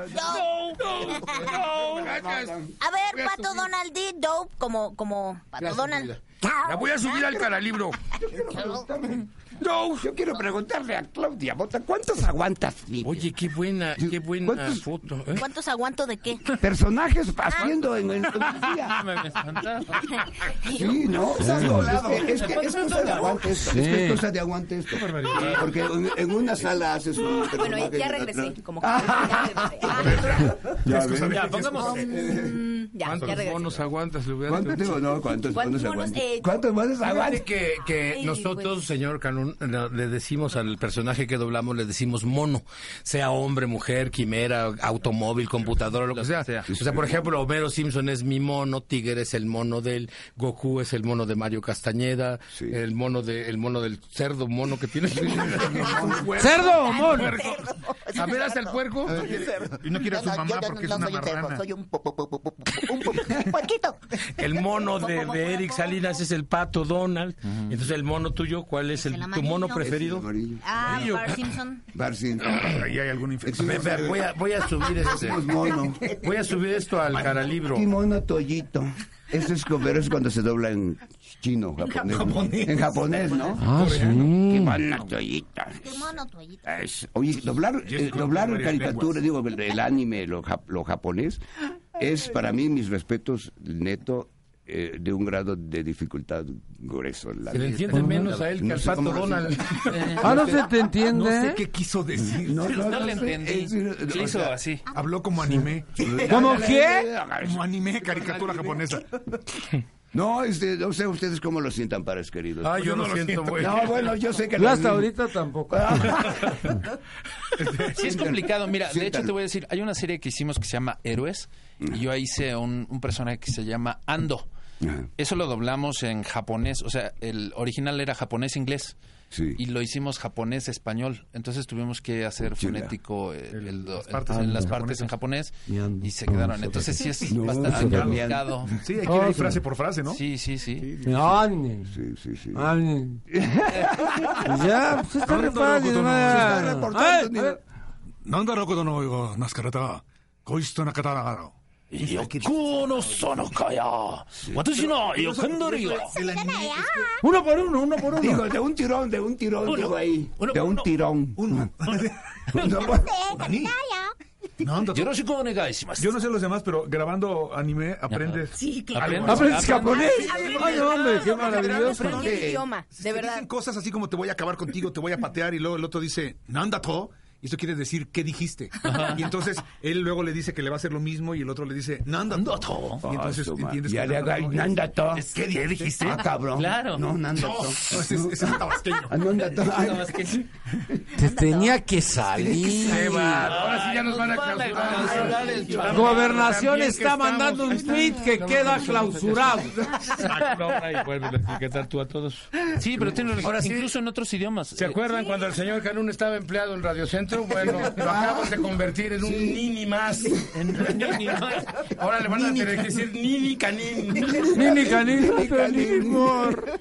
[SPEAKER 4] no, no, no. Gracias.
[SPEAKER 11] A ver, Pato Donald D. Dope, como, como Pato
[SPEAKER 4] Gracias,
[SPEAKER 11] Donald.
[SPEAKER 4] La voy a subir al caralibro.
[SPEAKER 3] No, yo quiero preguntarle a Claudia Bota, ¿cuántos aguantas? limpios?
[SPEAKER 6] Oye, qué buena, qué buena
[SPEAKER 3] ¿Cuántos-
[SPEAKER 6] foto. ¿eh?
[SPEAKER 11] ¿Cuántos aguanto de qué?
[SPEAKER 3] personajes haciendo en, en- en un día. Sí, ¿no? Es que, es que es cosa de aguante esto. Es que es cosa de aguante esto. Porque en, en una sala haces un
[SPEAKER 19] Bueno, ya,
[SPEAKER 3] personaje y
[SPEAKER 19] ya
[SPEAKER 3] en
[SPEAKER 19] regresé.
[SPEAKER 3] otra-
[SPEAKER 19] Como que ya regresé.
[SPEAKER 3] Ya, ves.
[SPEAKER 20] Ya, pongamos.
[SPEAKER 19] Mm, ya, ya
[SPEAKER 6] ¿Cuántos
[SPEAKER 19] regresé.
[SPEAKER 6] bonos aguantas?
[SPEAKER 3] ¿Cuántos digo, no?
[SPEAKER 19] ¿Cuántos
[SPEAKER 3] ¿Cuántos buenos
[SPEAKER 19] monos,
[SPEAKER 3] aguantes?
[SPEAKER 19] eh,
[SPEAKER 3] ¿Cuántos buenos
[SPEAKER 6] Fíjate
[SPEAKER 3] aguantes?
[SPEAKER 6] que, que
[SPEAKER 19] Ay,
[SPEAKER 6] nosotros,
[SPEAKER 19] güey.
[SPEAKER 6] señor Canún, no, le decimos al personaje que doblamos, le decimos mono, sea hombre, mujer, quimera, automóvil, computadora, lo que sea. O sea, por ejemplo, Homero Simpson es mi mono, Tiger es el mono del, Goku es el mono de Mario Castañeda,
[SPEAKER 3] Sí.
[SPEAKER 6] el mono de, el mono del cerdo, mono que tiene.
[SPEAKER 2] ¡Cerdo, mon!
[SPEAKER 16] A ver, hasta el puerco.
[SPEAKER 15] Y
[SPEAKER 16] no quiere a su mamá
[SPEAKER 15] yo no-
[SPEAKER 16] porque es
[SPEAKER 15] no
[SPEAKER 16] una
[SPEAKER 15] soy un perro,
[SPEAKER 16] marrana.
[SPEAKER 15] soy un po- po- po- po- po- po- un po- un puerquito.
[SPEAKER 22] El mono de, de Eric Salinas es el pato Donald. Entonces, el mono tuyo, ¿cuál es el, tu
[SPEAKER 4] amarillo.
[SPEAKER 22] mono
[SPEAKER 4] Es
[SPEAKER 22] preferido?
[SPEAKER 4] el Ah, Bart Simpson.
[SPEAKER 22] Ahí hay alguna infección. voy, a, voy a subir este.
[SPEAKER 3] Es Ah, pues, mono.
[SPEAKER 22] Voy a subir esto al caralibro.
[SPEAKER 3] Kimono toyito. Eso es, co- pero es cuando se dobla en chino, japonés. ¿no?
[SPEAKER 22] japonés.
[SPEAKER 3] En japonés, ¿no?
[SPEAKER 22] Ah, sí.
[SPEAKER 3] Kimono toyito.
[SPEAKER 4] Mono, tu ahí.
[SPEAKER 3] Es- oye, doblar, eh, doblar caricatura, digo, el, el anime, lo, jap- lo japonés, es para mí, mis respetos, neto, eh, de un grado de dificultad grueso. la
[SPEAKER 22] Se le
[SPEAKER 3] neta.
[SPEAKER 22] entiende menos a él que
[SPEAKER 3] No
[SPEAKER 22] al
[SPEAKER 3] sé
[SPEAKER 22] pato
[SPEAKER 3] cómo lo
[SPEAKER 22] Donald.
[SPEAKER 3] siento.
[SPEAKER 2] Ah, no se te entiende.
[SPEAKER 22] No sé qué quiso decir.
[SPEAKER 3] No, no, no sé. Es- o sea,
[SPEAKER 1] Habló como anime.
[SPEAKER 3] ¿Cómo qué?
[SPEAKER 1] Como anime, caricatura japonesa.
[SPEAKER 3] No, este, no sé ustedes cómo lo sientan, pares queridos.
[SPEAKER 1] Ah, yo lo siento, güey.
[SPEAKER 3] No, bueno, yo sé que... Ah,
[SPEAKER 2] Yo
[SPEAKER 3] lo-
[SPEAKER 2] hasta ahorita tampoco.
[SPEAKER 11] Sí, es complicado. Mira, de hecho
[SPEAKER 3] Siéntalo.
[SPEAKER 11] te voy a decir, hay una serie que hicimos que se llama Héroes y yo ahí hice un, un personaje que se llama Ando. Eso lo doblamos en japonés, o sea, el original era japonés-inglés
[SPEAKER 3] Sí.
[SPEAKER 11] y lo hicimos japonés-español. Entonces tuvimos que hacer
[SPEAKER 3] Chula.
[SPEAKER 11] fonético eh, el do-
[SPEAKER 3] las
[SPEAKER 11] en-
[SPEAKER 3] partes
[SPEAKER 11] en
[SPEAKER 3] en
[SPEAKER 11] las
[SPEAKER 3] japonés.
[SPEAKER 11] partes en japonés
[SPEAKER 3] Y Ando.
[SPEAKER 11] y se quedaron.
[SPEAKER 3] No,
[SPEAKER 11] Entonces sí es
[SPEAKER 3] no, se
[SPEAKER 11] bastante
[SPEAKER 3] cambian.
[SPEAKER 11] complicado.
[SPEAKER 3] Sí, hay que ir ahí frase por
[SPEAKER 11] frase, ¿no? Sí, sí, sí.
[SPEAKER 3] Sí, sí, sí.
[SPEAKER 2] Ah, Ay, Ya, pues está re fácil, no,
[SPEAKER 1] Se está reportando, ni-
[SPEAKER 2] eh,
[SPEAKER 1] なんだろうこのようなすからた、こいつとなかたがろ。Este,
[SPEAKER 17] no sono calla. Watashi no yokandori yo.
[SPEAKER 2] Uno por uno, uno por uno.
[SPEAKER 3] Digo, de un tirón, de un tirón,
[SPEAKER 17] Uno,
[SPEAKER 3] digo ahí.
[SPEAKER 17] uno,
[SPEAKER 3] de un
[SPEAKER 17] uno.
[SPEAKER 3] tirón. Uno.
[SPEAKER 17] Yo no sé cómo negáis más.
[SPEAKER 1] Yo no sé los demás, pero grabando anime aprendes.
[SPEAKER 5] Sí,
[SPEAKER 1] claro.
[SPEAKER 2] Aprendes- Aprendes japonés. Ay, hombre, qué maravilloso.
[SPEAKER 5] Aprender el idioma,
[SPEAKER 1] Se
[SPEAKER 5] de
[SPEAKER 1] te
[SPEAKER 5] verdad.
[SPEAKER 1] dicen cosas así como te voy a acabar contigo, te voy a patear y luego el otro dice, "Nanda to", y esto quiere decir qué dijiste. Y entonces él luego le dice que le va a hacer lo mismo y el otro le dice, "Nanda to". Y entonces entiendes
[SPEAKER 3] Ya
[SPEAKER 1] que
[SPEAKER 3] le
[SPEAKER 1] Nanda
[SPEAKER 3] haga
[SPEAKER 1] to-
[SPEAKER 3] Nanda to.
[SPEAKER 17] ¿Qué día dijiste?
[SPEAKER 3] Ah, cabrón.
[SPEAKER 17] Claro.
[SPEAKER 3] No, Nanda
[SPEAKER 1] No,
[SPEAKER 3] to.
[SPEAKER 1] ese es- ese es tabasqueño.
[SPEAKER 3] Ah, Nanda to. Ay,
[SPEAKER 2] Te tenía que salir.
[SPEAKER 16] Se va. Ahora sí ya nos van a clausurar.
[SPEAKER 2] Gobernación
[SPEAKER 16] También que
[SPEAKER 2] está
[SPEAKER 16] estamos-
[SPEAKER 2] mandando un tweet que
[SPEAKER 16] Estamos-
[SPEAKER 2] queda clausurado.
[SPEAKER 22] Ahora y vuelve a etiquetar tú a todos.
[SPEAKER 11] Sí, pero tiene razón. incluso en otros idiomas. eh,
[SPEAKER 6] ¿Se acuerdan cuando el señor Canún estaba empleado en Radiocentro? Bueno, lo
[SPEAKER 22] Ah,
[SPEAKER 6] acabas de convertir en un nini más.
[SPEAKER 11] nini más.
[SPEAKER 6] Ahora le van a tener que decir nini canín.
[SPEAKER 2] Nini Canín, Canín, amor.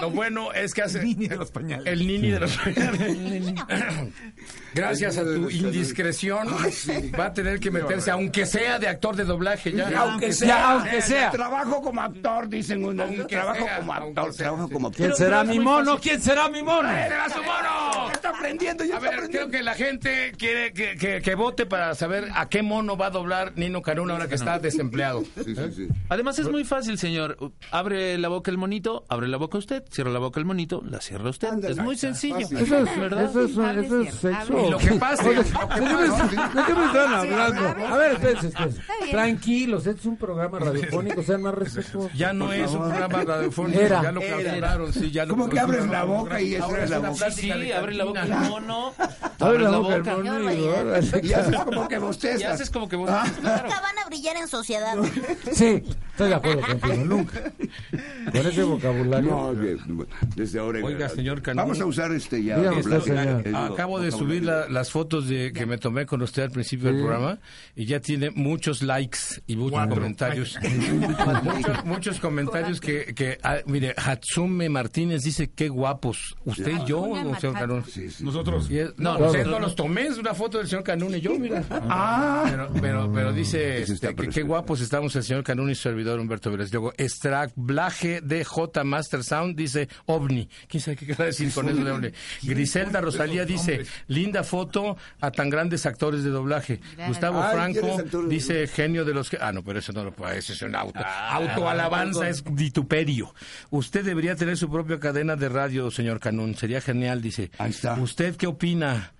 [SPEAKER 6] Lo bueno es que hace...
[SPEAKER 1] de los pañales.
[SPEAKER 6] El nini de los Gracias a tu indiscreción va a tener que meterse, aunque sea de actor de doblaje ya.
[SPEAKER 3] Aunque sea,
[SPEAKER 2] Ya, aunque sea.
[SPEAKER 3] Trabajo como actor, dicen unos.
[SPEAKER 6] Aunque
[SPEAKER 3] Trabajo
[SPEAKER 6] sea,
[SPEAKER 3] como actor,
[SPEAKER 6] aunque sea,
[SPEAKER 3] trabajo como actor.
[SPEAKER 2] ¿Quién será mi mono? ¿Quién será mi mono?
[SPEAKER 6] ¡Era su mono!
[SPEAKER 3] Está aprendiendo, ya
[SPEAKER 6] A
[SPEAKER 3] está
[SPEAKER 6] ver,
[SPEAKER 3] aprendiendo.
[SPEAKER 6] creo que la gente quiere que, que- que vote para saber a qué mono va a doblar Nino Canún ahora que está desempleado.
[SPEAKER 3] Sí, sí, sí.
[SPEAKER 11] Además es muy fácil, señor. U- Abre la boca el monito, abre la boca usted, cierra la boca el monito, la cierra usted. es muy sencillo,
[SPEAKER 2] Eso es,
[SPEAKER 11] ¿verdad?
[SPEAKER 2] eso Ah, es, eso es sexo.
[SPEAKER 6] Y lo que pasa,
[SPEAKER 2] Oye,
[SPEAKER 6] lo
[SPEAKER 2] ¿De
[SPEAKER 6] que
[SPEAKER 2] qué me- de qué me están hablando? A ver, espérense, espérense. Tranquilos, este es un programa radiofónico, sean más respetuosos.
[SPEAKER 6] Ya no es un programa radiofónico,
[SPEAKER 2] Era.
[SPEAKER 6] ya lo clausuraron, sí, ya lo
[SPEAKER 3] Como que abres la
[SPEAKER 6] clausuraron.
[SPEAKER 3] boca y
[SPEAKER 6] Ahora
[SPEAKER 3] abres
[SPEAKER 6] es
[SPEAKER 3] la
[SPEAKER 6] una
[SPEAKER 3] boca.
[SPEAKER 6] plática de
[SPEAKER 11] Sí, abre la boca el
[SPEAKER 6] cantina.
[SPEAKER 11] mono,
[SPEAKER 2] Abre
[SPEAKER 11] abre la boca.
[SPEAKER 2] hermano, y órale.
[SPEAKER 3] Y haces como que
[SPEAKER 11] Y
[SPEAKER 3] bostezas. Ah.
[SPEAKER 11] haces como que vos...
[SPEAKER 4] Nunca van a brillar en sociedad.
[SPEAKER 2] Sí, estoy de acuerdo contigo, nunca. Con ese vocabulario.
[SPEAKER 3] No, que- desde ahora. en
[SPEAKER 6] Oiga,
[SPEAKER 3] adelante.
[SPEAKER 6] señor Canún.
[SPEAKER 3] Vamos a usar este ya.
[SPEAKER 2] Dígame usted,
[SPEAKER 3] hablar-
[SPEAKER 2] señor.
[SPEAKER 3] eh, digo,
[SPEAKER 6] Ah, Acabo de
[SPEAKER 3] vocabulario.
[SPEAKER 6] subir la- las fotos de que me tomé con usted al principio del programa y ya tiene muchos likes y muchos comentarios. muchos, muchos comentarios que, que ah, mire, Hatsume Martínez dice, qué guapos. ¿Usted y yo, o señor Canún?
[SPEAKER 1] Nosotros.
[SPEAKER 6] Y es- no,
[SPEAKER 2] Todos.
[SPEAKER 6] usted no los tomé, es una foto del señor Canún y yo, mira. Pero, pero, pero dice
[SPEAKER 3] Eso
[SPEAKER 6] este,
[SPEAKER 3] está
[SPEAKER 6] que qué
[SPEAKER 3] perfecto.
[SPEAKER 6] guapos estamos el señor Canún y su servidor Humberto Vélez. Luego, extract blaje de J Master Sound dice ovni. ¿Quién sabe qué quiere decir con eso de ovni? Griselda Rosalía dice, linda foto a tan grandes actores de doblaje. Gustavo
[SPEAKER 3] Ay, ¿quieres
[SPEAKER 6] Franco
[SPEAKER 3] actores de
[SPEAKER 6] dice, genio de los que... Ah, no, pero eso no lo puede, ese es un auto.
[SPEAKER 3] Ah,
[SPEAKER 6] Autoalabanza es vituperio. Usted debería tener su propia cadena de radio, señor Canún. Sería genial, dice.
[SPEAKER 3] Ahí está.
[SPEAKER 6] ¿Usted qué opina?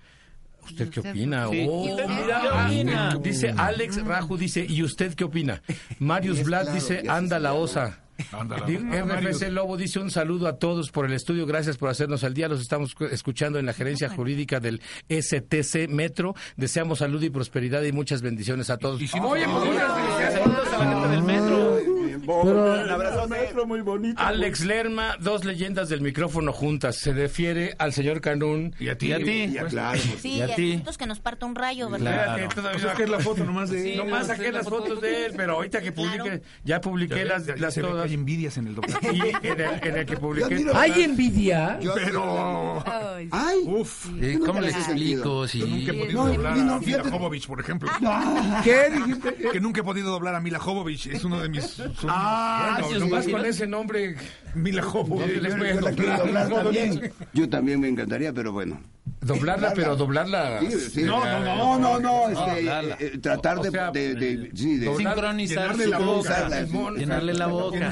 [SPEAKER 6] ¿Usted qué opina?
[SPEAKER 11] Sí.
[SPEAKER 6] Oh,
[SPEAKER 11] ¿Usted qué
[SPEAKER 6] mira, ah,
[SPEAKER 11] opina?
[SPEAKER 6] Dice Alex Raju, dice, ¿y usted qué opina? Marius Vlad dice, anda la osa. Digo, RFC Lobo dice un saludo a todos por el estudio, gracias por hacernos al día, los estamos cu- escuchando en la gerencia jurídica del STC Metro, deseamos salud y prosperidad y muchas bendiciones a todos. Oye, pues, muchas felicidades a todos, a la gente del metro. Pero-
[SPEAKER 2] Un abrazo, maestro, muy bonito.
[SPEAKER 6] Alex Lerma, dos leyendas del micrófono juntas. Se refiere al señor Canún y a ti.
[SPEAKER 4] Y a ti.
[SPEAKER 6] Pues,
[SPEAKER 4] Sí,
[SPEAKER 6] y a ti.
[SPEAKER 4] que nos parta un rayo, ¿verdad?
[SPEAKER 6] Espérate, todavía-
[SPEAKER 1] Pues es que es la foto nomás de él. Sí,
[SPEAKER 6] Nomás saqué
[SPEAKER 1] es la
[SPEAKER 6] las
[SPEAKER 1] foto.
[SPEAKER 6] fotos de él, pero ahorita que publique, ya publiqué
[SPEAKER 1] Ya ve,
[SPEAKER 6] las,
[SPEAKER 1] ya
[SPEAKER 6] las
[SPEAKER 1] se ve que
[SPEAKER 6] todas.
[SPEAKER 1] hay
[SPEAKER 6] envidias en el doctor. Y en el, en el que
[SPEAKER 1] Ya
[SPEAKER 6] publiqué.
[SPEAKER 1] miro- Hay
[SPEAKER 6] envidia?
[SPEAKER 1] Yo- Pero-
[SPEAKER 3] Ay,
[SPEAKER 6] uf.
[SPEAKER 11] Eh, ¿Cómo le explico?
[SPEAKER 1] Yo nunca he
[SPEAKER 11] Sí.
[SPEAKER 1] podido doblar a Mila Jovovich, por ejemplo.
[SPEAKER 2] ¿Qué dijiste?
[SPEAKER 1] Que nunca he podido doblar a Mila Jovovich. Es uno de mis. son-
[SPEAKER 6] Ah,
[SPEAKER 1] bueno,
[SPEAKER 6] si
[SPEAKER 1] no-
[SPEAKER 6] nomás con ese nombre.
[SPEAKER 1] Mila Jovovich.
[SPEAKER 6] Yo- yo-
[SPEAKER 1] puedes
[SPEAKER 6] yo la quiero doblar también.
[SPEAKER 3] Yo también me encantaría, pero bueno.
[SPEAKER 6] Doblarla, pero doblarla.
[SPEAKER 3] Sí, sí.
[SPEAKER 6] Ah, No, no, no,
[SPEAKER 3] no, no,
[SPEAKER 6] no,
[SPEAKER 3] este,
[SPEAKER 6] doblarla.
[SPEAKER 3] eh, eh, tratar de, de-
[SPEAKER 6] eh,
[SPEAKER 3] de- sí, de-
[SPEAKER 11] Sincronizar
[SPEAKER 3] llenarle
[SPEAKER 11] su
[SPEAKER 3] la
[SPEAKER 11] boca.
[SPEAKER 3] boca, sí.
[SPEAKER 11] Llenarle la boca.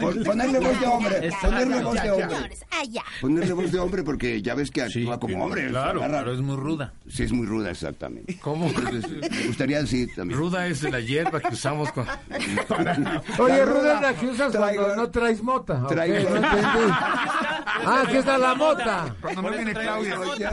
[SPEAKER 3] Pon- Ponerle voz de hombre,
[SPEAKER 11] Exacto.
[SPEAKER 3] ponerle voz de
[SPEAKER 6] este
[SPEAKER 11] Ya, ya.
[SPEAKER 3] hombre.
[SPEAKER 4] Ah,
[SPEAKER 3] Ponerle voz de hombre porque ya ves que actúa como hombre.
[SPEAKER 11] claro,
[SPEAKER 3] pero es muy ruda. Sí, es muy ruda, exactamente.
[SPEAKER 6] ¿Cómo?
[SPEAKER 3] Me gustaría sí también.
[SPEAKER 6] Ruda es la hierba que usamos con...
[SPEAKER 2] Oye, Ruda es la que usas cuando no traes mota. Ok,
[SPEAKER 6] Traigo-
[SPEAKER 2] no entendí. Ah, que está la mota.
[SPEAKER 1] Cuando no viene Claudia.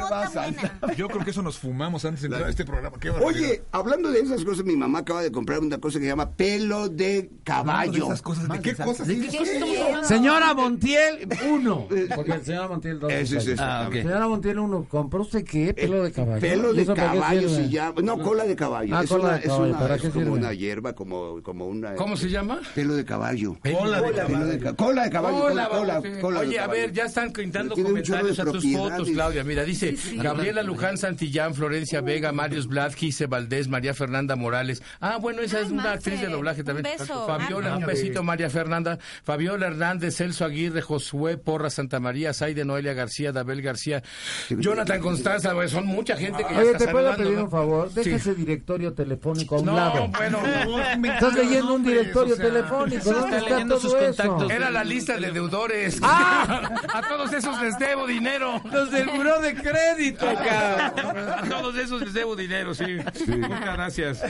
[SPEAKER 1] Yo creo que eso nos fumamos antes de entrar a este programa. Qué barbaridad.
[SPEAKER 3] Oye, hablando de esas cosas, mi mamá acaba de comprar una cosa que se llama pelo de caballo.
[SPEAKER 1] de esas cosas, ¿de qué cosas?
[SPEAKER 3] ¿De qué estamos hablando?
[SPEAKER 2] Señora Montiel, uno. Porque el señor Montiel dos.
[SPEAKER 3] Ese es ese. Ah, ok. Eh,
[SPEAKER 2] Señora Montiel, uno. ¿Compró usted qué? ¿Pelo de caballo?
[SPEAKER 3] Pelo
[SPEAKER 2] ¿Y
[SPEAKER 3] de
[SPEAKER 2] eso para qué
[SPEAKER 3] caballo
[SPEAKER 2] sirve?
[SPEAKER 3] se llama. No, cola de caballo.
[SPEAKER 2] Ah,
[SPEAKER 3] es
[SPEAKER 2] cola
[SPEAKER 3] una,
[SPEAKER 2] de caballo,
[SPEAKER 3] Es, una-
[SPEAKER 2] ¿para
[SPEAKER 3] es
[SPEAKER 2] qué
[SPEAKER 3] como
[SPEAKER 2] sirve?
[SPEAKER 3] una hierba, como, como una. eh,
[SPEAKER 6] ¿Cómo se llama?
[SPEAKER 3] Pelo de caballo.
[SPEAKER 6] Cola de
[SPEAKER 3] pelo de ca- Cola de caballo. Cola, cola,
[SPEAKER 6] baboso.
[SPEAKER 3] cola de
[SPEAKER 6] Oye, a
[SPEAKER 3] caballo.
[SPEAKER 6] ver, ya están pintando
[SPEAKER 3] Tiene un
[SPEAKER 6] comentarios a
[SPEAKER 3] chorro de
[SPEAKER 6] tus fotos,
[SPEAKER 3] propiedades.
[SPEAKER 6] Claudia. Mira, dice
[SPEAKER 3] Sí, sí.
[SPEAKER 6] Gabriela Luján Santillán, Florencia Vega, Marius Blad, Gise Valdés, María Fernanda Morales. Ah, bueno, esa es una actriz de doblaje también.
[SPEAKER 23] Un beso,
[SPEAKER 6] Fabiola,
[SPEAKER 23] Marce.
[SPEAKER 6] un besito, María Fernanda. Fabiola Hernández, Celso Aguirre, Josué Porra, Santa María, Saide, Noelia García, Dabel García, Jonathan Constanza. güey, Son mucha gente que ya
[SPEAKER 2] Oye,
[SPEAKER 6] está
[SPEAKER 2] ¿te puedo
[SPEAKER 6] saludando,
[SPEAKER 2] pedir
[SPEAKER 6] ¿no?
[SPEAKER 2] un favor? Deja
[SPEAKER 6] Sí.
[SPEAKER 2] ese directorio telefónico a un
[SPEAKER 6] No,
[SPEAKER 2] lado.
[SPEAKER 6] bueno, no.
[SPEAKER 2] Estás leyendo un directorio
[SPEAKER 6] O sea,
[SPEAKER 2] telefónico. ¿Dónde está todo eso?
[SPEAKER 6] Era la lista de deudores. A todos esos les debo dinero.
[SPEAKER 16] Ah. Los del buró de crédito, cabrón.
[SPEAKER 6] A todos esos les debo dinero, sí. Muchas gracias.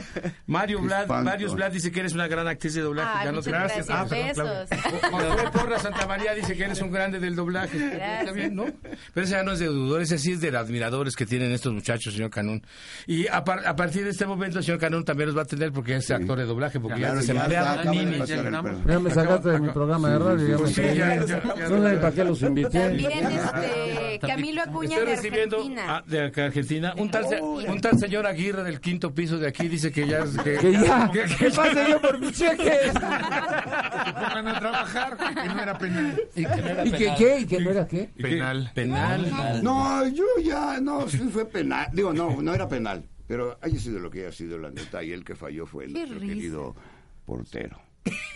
[SPEAKER 6] Mario Vlad, Marius Vlad dice que eres una gran actriz de doblaje.
[SPEAKER 5] Ay,
[SPEAKER 6] ya no
[SPEAKER 5] muchas
[SPEAKER 6] te-
[SPEAKER 5] gracias.
[SPEAKER 6] Ah, perdón, Claudia.
[SPEAKER 5] Besos.
[SPEAKER 6] José Porra Santa María dice que eres un grande del doblaje. Está bien, ¿no? Pero ese ya no es de deudores, ese sí es de admiradores que tienen estos muchachos, señor Canún. Y a, par- a partir de este momento, el señor Canún también los va a tener porque es actor de doblaje, porque
[SPEAKER 3] Claro,
[SPEAKER 6] ya se
[SPEAKER 3] ya
[SPEAKER 6] me
[SPEAKER 3] está,
[SPEAKER 6] vea
[SPEAKER 3] acaba de
[SPEAKER 6] Nini.
[SPEAKER 3] pasar el perro.
[SPEAKER 2] Ya me sacaste de mi programa de radio. ya me
[SPEAKER 6] sí, sí,
[SPEAKER 2] sacaste.
[SPEAKER 6] ya, ya, ya.
[SPEAKER 2] No saben para qué los invité.
[SPEAKER 5] También este Camilo Acuña
[SPEAKER 6] Estoy
[SPEAKER 5] de
[SPEAKER 6] recibiendo
[SPEAKER 5] Argentina.
[SPEAKER 6] ah, de acá, Argentina. Un tal, se- un tal señor Aguirre del quinto piso de aquí dice que ya. Que,
[SPEAKER 2] Que ya,
[SPEAKER 6] que-
[SPEAKER 2] que pase yo por mis cheques.
[SPEAKER 1] Van a trabajar. Que no era penal.
[SPEAKER 2] ¿Y que qué? ¿Y que no era qué?
[SPEAKER 6] Penal. Penal.
[SPEAKER 3] No, yo ya, no, sí fue penal. Digo, no, no era penal. Pero haya sido lo que haya sido la neta. Y el que falló fue
[SPEAKER 5] Qué
[SPEAKER 3] nuestro
[SPEAKER 5] risa.
[SPEAKER 3] querido portero.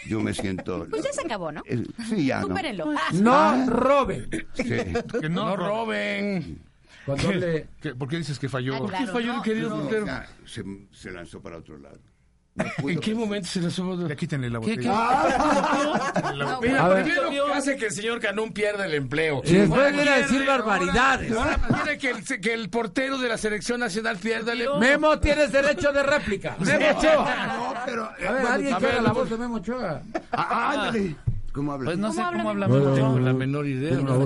[SPEAKER 3] Yo me siento.
[SPEAKER 5] Pues ya se acabó, ¿no?
[SPEAKER 3] Eh, Sí, ya, ¿no?
[SPEAKER 5] Supérenlo.
[SPEAKER 4] Pues
[SPEAKER 6] Ah.
[SPEAKER 2] No roben.
[SPEAKER 3] Sí.
[SPEAKER 1] Que no,
[SPEAKER 6] No
[SPEAKER 1] roben.
[SPEAKER 6] roben.
[SPEAKER 1] ¿Qué- qué- ¿Por qué dices que falló?
[SPEAKER 5] Ah, claro, ¿no?
[SPEAKER 3] No, ya, se, se lanzó para otro lado.
[SPEAKER 6] ¿En qué momento se les subo?
[SPEAKER 1] Ya quítenle la
[SPEAKER 6] ¿Qué-
[SPEAKER 1] botella.
[SPEAKER 6] qué?
[SPEAKER 2] A
[SPEAKER 6] Mira,
[SPEAKER 2] ver.
[SPEAKER 6] primero hace que el señor Canún pierda el empleo.
[SPEAKER 2] Y después
[SPEAKER 6] Ahora
[SPEAKER 2] viene a
[SPEAKER 6] quiere-
[SPEAKER 2] decir barbaridades.
[SPEAKER 6] ahora- ahora quiere que el, que el portero de la selección nacional pierda el empleo.
[SPEAKER 2] Memo, tienes derecho de réplica.
[SPEAKER 6] Pues,
[SPEAKER 2] Memo Ochoa.
[SPEAKER 3] No, pero. eh,
[SPEAKER 2] A ver,
[SPEAKER 3] bueno,
[SPEAKER 2] alguien
[SPEAKER 3] a
[SPEAKER 2] que
[SPEAKER 3] ver,
[SPEAKER 2] haga la voz de Memo Ochoa.
[SPEAKER 3] Ah, ándale. ¿Cómo hablas?
[SPEAKER 11] Pues no sé cómo habla
[SPEAKER 3] Bueno,
[SPEAKER 11] Memo.
[SPEAKER 3] tengo
[SPEAKER 11] la menor idea.
[SPEAKER 3] No,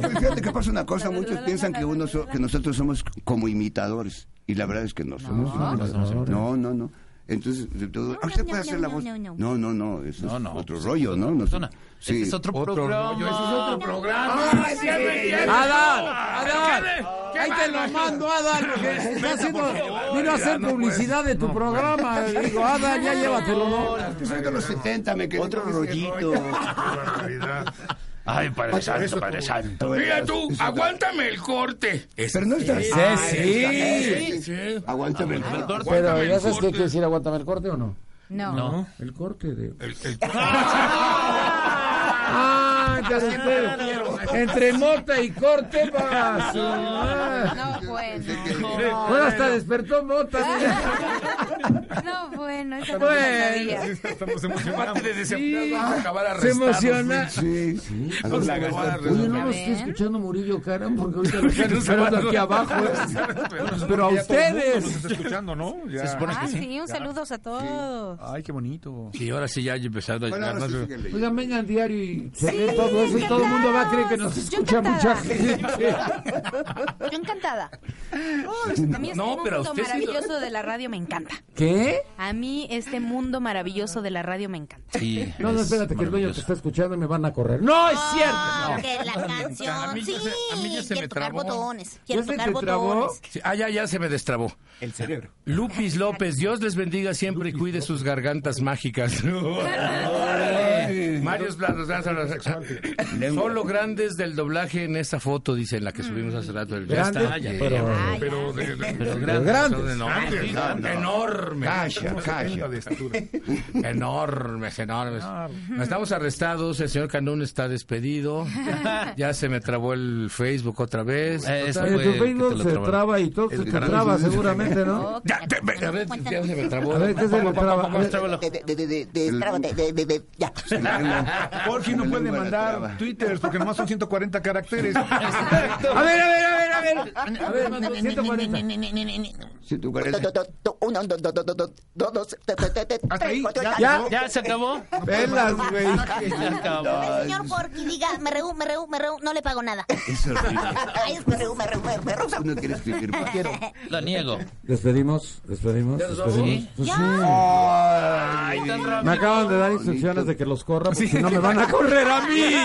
[SPEAKER 3] pero fíjate que pasa una cosa. Muchos piensan que, uno so- que nosotros somos como imitadores. Y la verdad es que no somos. imitadores. No, no, no. Entonces, de todo, ah, usted puede hacer la voz. No, no, no. pues, Eso es otro rollo, ¿no? No sé. Sí.
[SPEAKER 11] Ese es otro, programa.
[SPEAKER 6] Ese es otro programa.
[SPEAKER 2] Ah, sí.
[SPEAKER 6] Ya me entiendo.
[SPEAKER 2] Adán,
[SPEAKER 6] ¿Qué me-
[SPEAKER 2] Adán.
[SPEAKER 6] qué
[SPEAKER 2] Ahí te lo
[SPEAKER 6] bárbaro.
[SPEAKER 2] mando, Adán, porque se está haciendo, vino a hacer
[SPEAKER 6] pues.
[SPEAKER 2] publicidad de tu programa. Y Digo, Adán, ya llévatelo. ¿no?
[SPEAKER 3] Yo soy de los 70, me quedé Otro rollito.
[SPEAKER 17] Ay, Padre Santo, Padre Santo.
[SPEAKER 6] Mira tú, aguántame el corte.
[SPEAKER 3] Pero no está.
[SPEAKER 2] Ese
[SPEAKER 3] Ah,
[SPEAKER 2] sí.
[SPEAKER 3] ese sí. Aguántame el corte.
[SPEAKER 2] Pero ya sabes qué quiere decir, aguántame el corte o no.
[SPEAKER 5] No.
[SPEAKER 2] El corte de. Ah, ya sé, pero Entre mota y corte, vas.
[SPEAKER 3] Ah,
[SPEAKER 5] No, bueno.
[SPEAKER 2] Bueno, hasta despertó mota. mira.
[SPEAKER 5] No, bueno, esa no me la
[SPEAKER 2] Bueno.
[SPEAKER 5] sabía.
[SPEAKER 1] Estamos emocionados.
[SPEAKER 6] Aparte de desafiarnos, "Pues, vamos a acabar
[SPEAKER 2] Se
[SPEAKER 6] arrestados.
[SPEAKER 2] emociona.
[SPEAKER 3] Sí, Pues sí.
[SPEAKER 6] Vamos a acabar
[SPEAKER 2] Oye, no
[SPEAKER 6] arrestados.
[SPEAKER 2] nos está escuchando Murillo Karam porque ahorita lo están esperando aquí abajo. ¿eh? Pero
[SPEAKER 1] Ya
[SPEAKER 2] a
[SPEAKER 1] todo el mundo Nos
[SPEAKER 2] ustedes.
[SPEAKER 1] está escuchando, ¿no? Ya.
[SPEAKER 11] Se supone
[SPEAKER 5] Ah,
[SPEAKER 11] que sí.
[SPEAKER 5] sí, un saludos a todos.
[SPEAKER 1] Ay, qué bonito.
[SPEAKER 11] Sí, ahora sí ya he empezado a
[SPEAKER 3] Bueno,
[SPEAKER 11] llegar
[SPEAKER 3] ahora sí,
[SPEAKER 11] más-
[SPEAKER 3] síguele.
[SPEAKER 2] Oigan, vengan diario y se
[SPEAKER 5] Sí,
[SPEAKER 2] ve todo eso y todo el mundo va a creer que nos
[SPEAKER 5] encantados. Yo
[SPEAKER 2] escucha mucha
[SPEAKER 5] encantada.
[SPEAKER 2] gente.
[SPEAKER 5] Yo encantada. A mí este
[SPEAKER 6] No, pero
[SPEAKER 5] mundo este
[SPEAKER 6] usted sí lo-
[SPEAKER 5] maravilloso de la radio me encanta.
[SPEAKER 2] ¿Qué?
[SPEAKER 24] A mí este mundo maravilloso de la radio me encanta.
[SPEAKER 2] Sí, no, no, espérate, que el dueño te está escuchando y me van a correr. ¡No, es cierto!
[SPEAKER 4] Ah,
[SPEAKER 2] No.
[SPEAKER 4] que la
[SPEAKER 6] A mí
[SPEAKER 4] canción.
[SPEAKER 6] ya
[SPEAKER 4] Sí,
[SPEAKER 6] se- a mí ya se
[SPEAKER 4] quiero
[SPEAKER 6] me
[SPEAKER 4] tocar
[SPEAKER 6] trabó.
[SPEAKER 4] botones.
[SPEAKER 6] ¿Ya
[SPEAKER 4] Quiero
[SPEAKER 25] ¿Este
[SPEAKER 6] se
[SPEAKER 4] tocar
[SPEAKER 6] te trabó?
[SPEAKER 4] botones.
[SPEAKER 6] Sí, ah, ya, ya se me destrabó. El
[SPEAKER 1] cerebro.
[SPEAKER 6] Lupis López, Dios les bendiga siempre y cuide sus gargantas mágicas. Marios Blanos, solo grandes del doblaje en esa foto, dice en la que subimos hace rato. El ya
[SPEAKER 25] Grandes,
[SPEAKER 6] está, ya,
[SPEAKER 25] pero-
[SPEAKER 6] ya.
[SPEAKER 25] pero de- de-
[SPEAKER 6] Pero
[SPEAKER 25] pero
[SPEAKER 6] grandes.
[SPEAKER 25] grandes. Grandes,
[SPEAKER 6] son enormes,
[SPEAKER 25] no, no.
[SPEAKER 6] Enormes.
[SPEAKER 25] Calla, calla.
[SPEAKER 6] De estatura. Enormes, enormes. No, Estamos arrestados, el señor Canún está despedido. Ya se me trabó el Facebook otra vez.
[SPEAKER 2] Eh, eso
[SPEAKER 6] Total,
[SPEAKER 2] fue
[SPEAKER 6] pues, que
[SPEAKER 2] tu Facebook
[SPEAKER 6] te lo
[SPEAKER 2] se
[SPEAKER 6] trabaron.
[SPEAKER 2] traba y todo se te
[SPEAKER 6] carajo.
[SPEAKER 2] traba seguramente, ¿no?
[SPEAKER 6] Ya, te- ve- pues, a ver, ya se me trabó.
[SPEAKER 2] A ver, ¿qué se le traba?
[SPEAKER 6] Vamos, trábalo.
[SPEAKER 1] Porque no puede mandar Twitter porque nomás son 140 caracteres.
[SPEAKER 2] A ver, a ver, a ver, a ver. A ver,
[SPEAKER 15] No, no, no,
[SPEAKER 2] 140.
[SPEAKER 15] no, no, no, no, no.
[SPEAKER 3] Si tú pareces.
[SPEAKER 15] Do, do, do, Uno, do, do, do, do, do, do, dos, te, te, te, te, tres, cuatro,
[SPEAKER 3] ¿Ya?
[SPEAKER 6] ¿Ya se acabó?
[SPEAKER 2] Velas, güey.
[SPEAKER 4] El señor Porky diga, me reú, me reú, me reú, no le pago nada.
[SPEAKER 3] Es horrible.
[SPEAKER 4] Ay, es que me reú, me reú, me reú, me reú.
[SPEAKER 3] No quiere escribir más.
[SPEAKER 6] Lo niego.
[SPEAKER 2] Despedimos, despedimos,
[SPEAKER 6] ¿Ya nos vamos?
[SPEAKER 2] despedimos.
[SPEAKER 6] ¿Sí?
[SPEAKER 2] Pues
[SPEAKER 6] Ya.
[SPEAKER 2] sí.
[SPEAKER 6] Ay, tan rápido.
[SPEAKER 2] Me acaban de dar instrucciones de que los corra, porque si no me van a correr ah, a mí.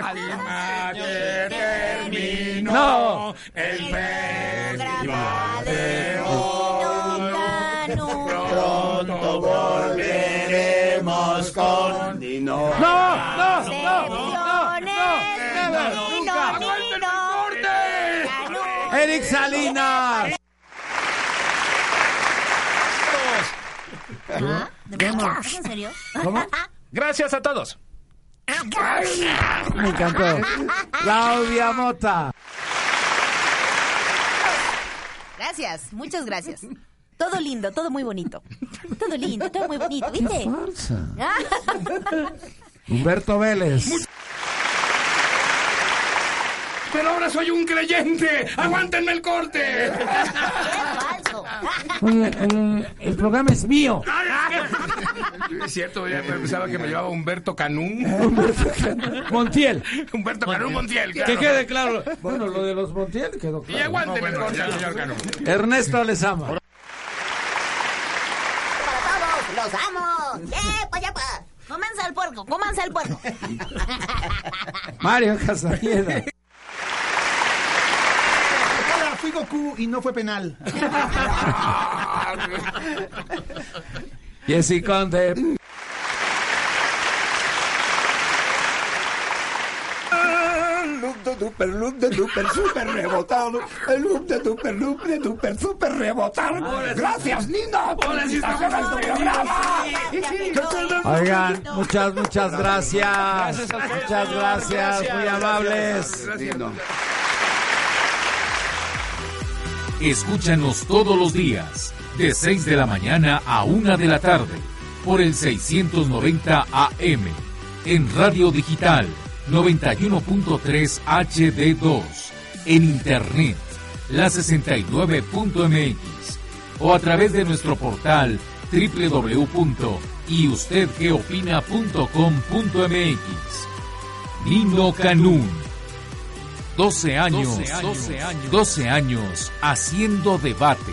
[SPEAKER 25] Lástima que terminó
[SPEAKER 2] No.
[SPEAKER 25] el
[SPEAKER 4] festival
[SPEAKER 25] de
[SPEAKER 4] hoy.
[SPEAKER 25] Pronto volveremos con
[SPEAKER 3] Nino.
[SPEAKER 25] ¡No! ¡No!
[SPEAKER 4] ¡No! ¡No! ¡No! ¡Nunca!
[SPEAKER 2] Eric Salinas.
[SPEAKER 4] ¿De verdad? ¿En serio?
[SPEAKER 2] ¿Cómo?
[SPEAKER 6] Gracias a todos.
[SPEAKER 2] Me encantó. Claudia Mota.
[SPEAKER 24] Gracias, muchas gracias. Todo lindo, todo muy bonito. Todo lindo, todo muy bonito, ¿viste?
[SPEAKER 2] Farsa.
[SPEAKER 24] Ah,
[SPEAKER 2] Humberto Vélez.
[SPEAKER 26] Pero ahora soy un creyente. ¡Aguántenme el corte!
[SPEAKER 2] Oye, el, el programa es mío.
[SPEAKER 26] Es cierto, ya pensaba que me llevaba Humberto Canún.
[SPEAKER 2] Montiel.
[SPEAKER 26] Humberto Canún Montiel.
[SPEAKER 2] Que quede claro. Bueno, lo de los Montiel quedó
[SPEAKER 26] Y
[SPEAKER 2] claro.
[SPEAKER 26] aguántenme el corte, al señor Canún.
[SPEAKER 2] Ernesto Lezama.
[SPEAKER 4] ¡Todos los amo! pues ¡Yepa, yepa! ¡Cómanse el puerco! ¡Cómanse el puerco!
[SPEAKER 2] Mario Castañeda.
[SPEAKER 1] Hola, fui Goku y no fue penal.
[SPEAKER 2] Jessy Conde.
[SPEAKER 3] Loop de duper, loop de duper, super rebotado. El loop de duper, loop de duper, super rebotado. Gracias, Nino. por
[SPEAKER 25] Ahora sí
[SPEAKER 3] estas
[SPEAKER 25] estamos
[SPEAKER 3] horas de programa.
[SPEAKER 2] Oigan, muchas, muchas gracias.
[SPEAKER 25] Gracias a ustedes,
[SPEAKER 2] muchas
[SPEAKER 25] señor.
[SPEAKER 2] gracias,
[SPEAKER 25] Gracias.
[SPEAKER 2] muy amables.
[SPEAKER 3] Nino.
[SPEAKER 11] Escúchanos todos los días, de 6 de la mañana a 1 de la tarde, por el 690 AM, en Radio Digital 91.3 HD2, en Internet, la 69.mx, o a través de nuestro portal www.yustedqueopina.com.mx. Nino Canún. 12 años,
[SPEAKER 6] 12 años,
[SPEAKER 11] 12 años, 12 años haciendo debate.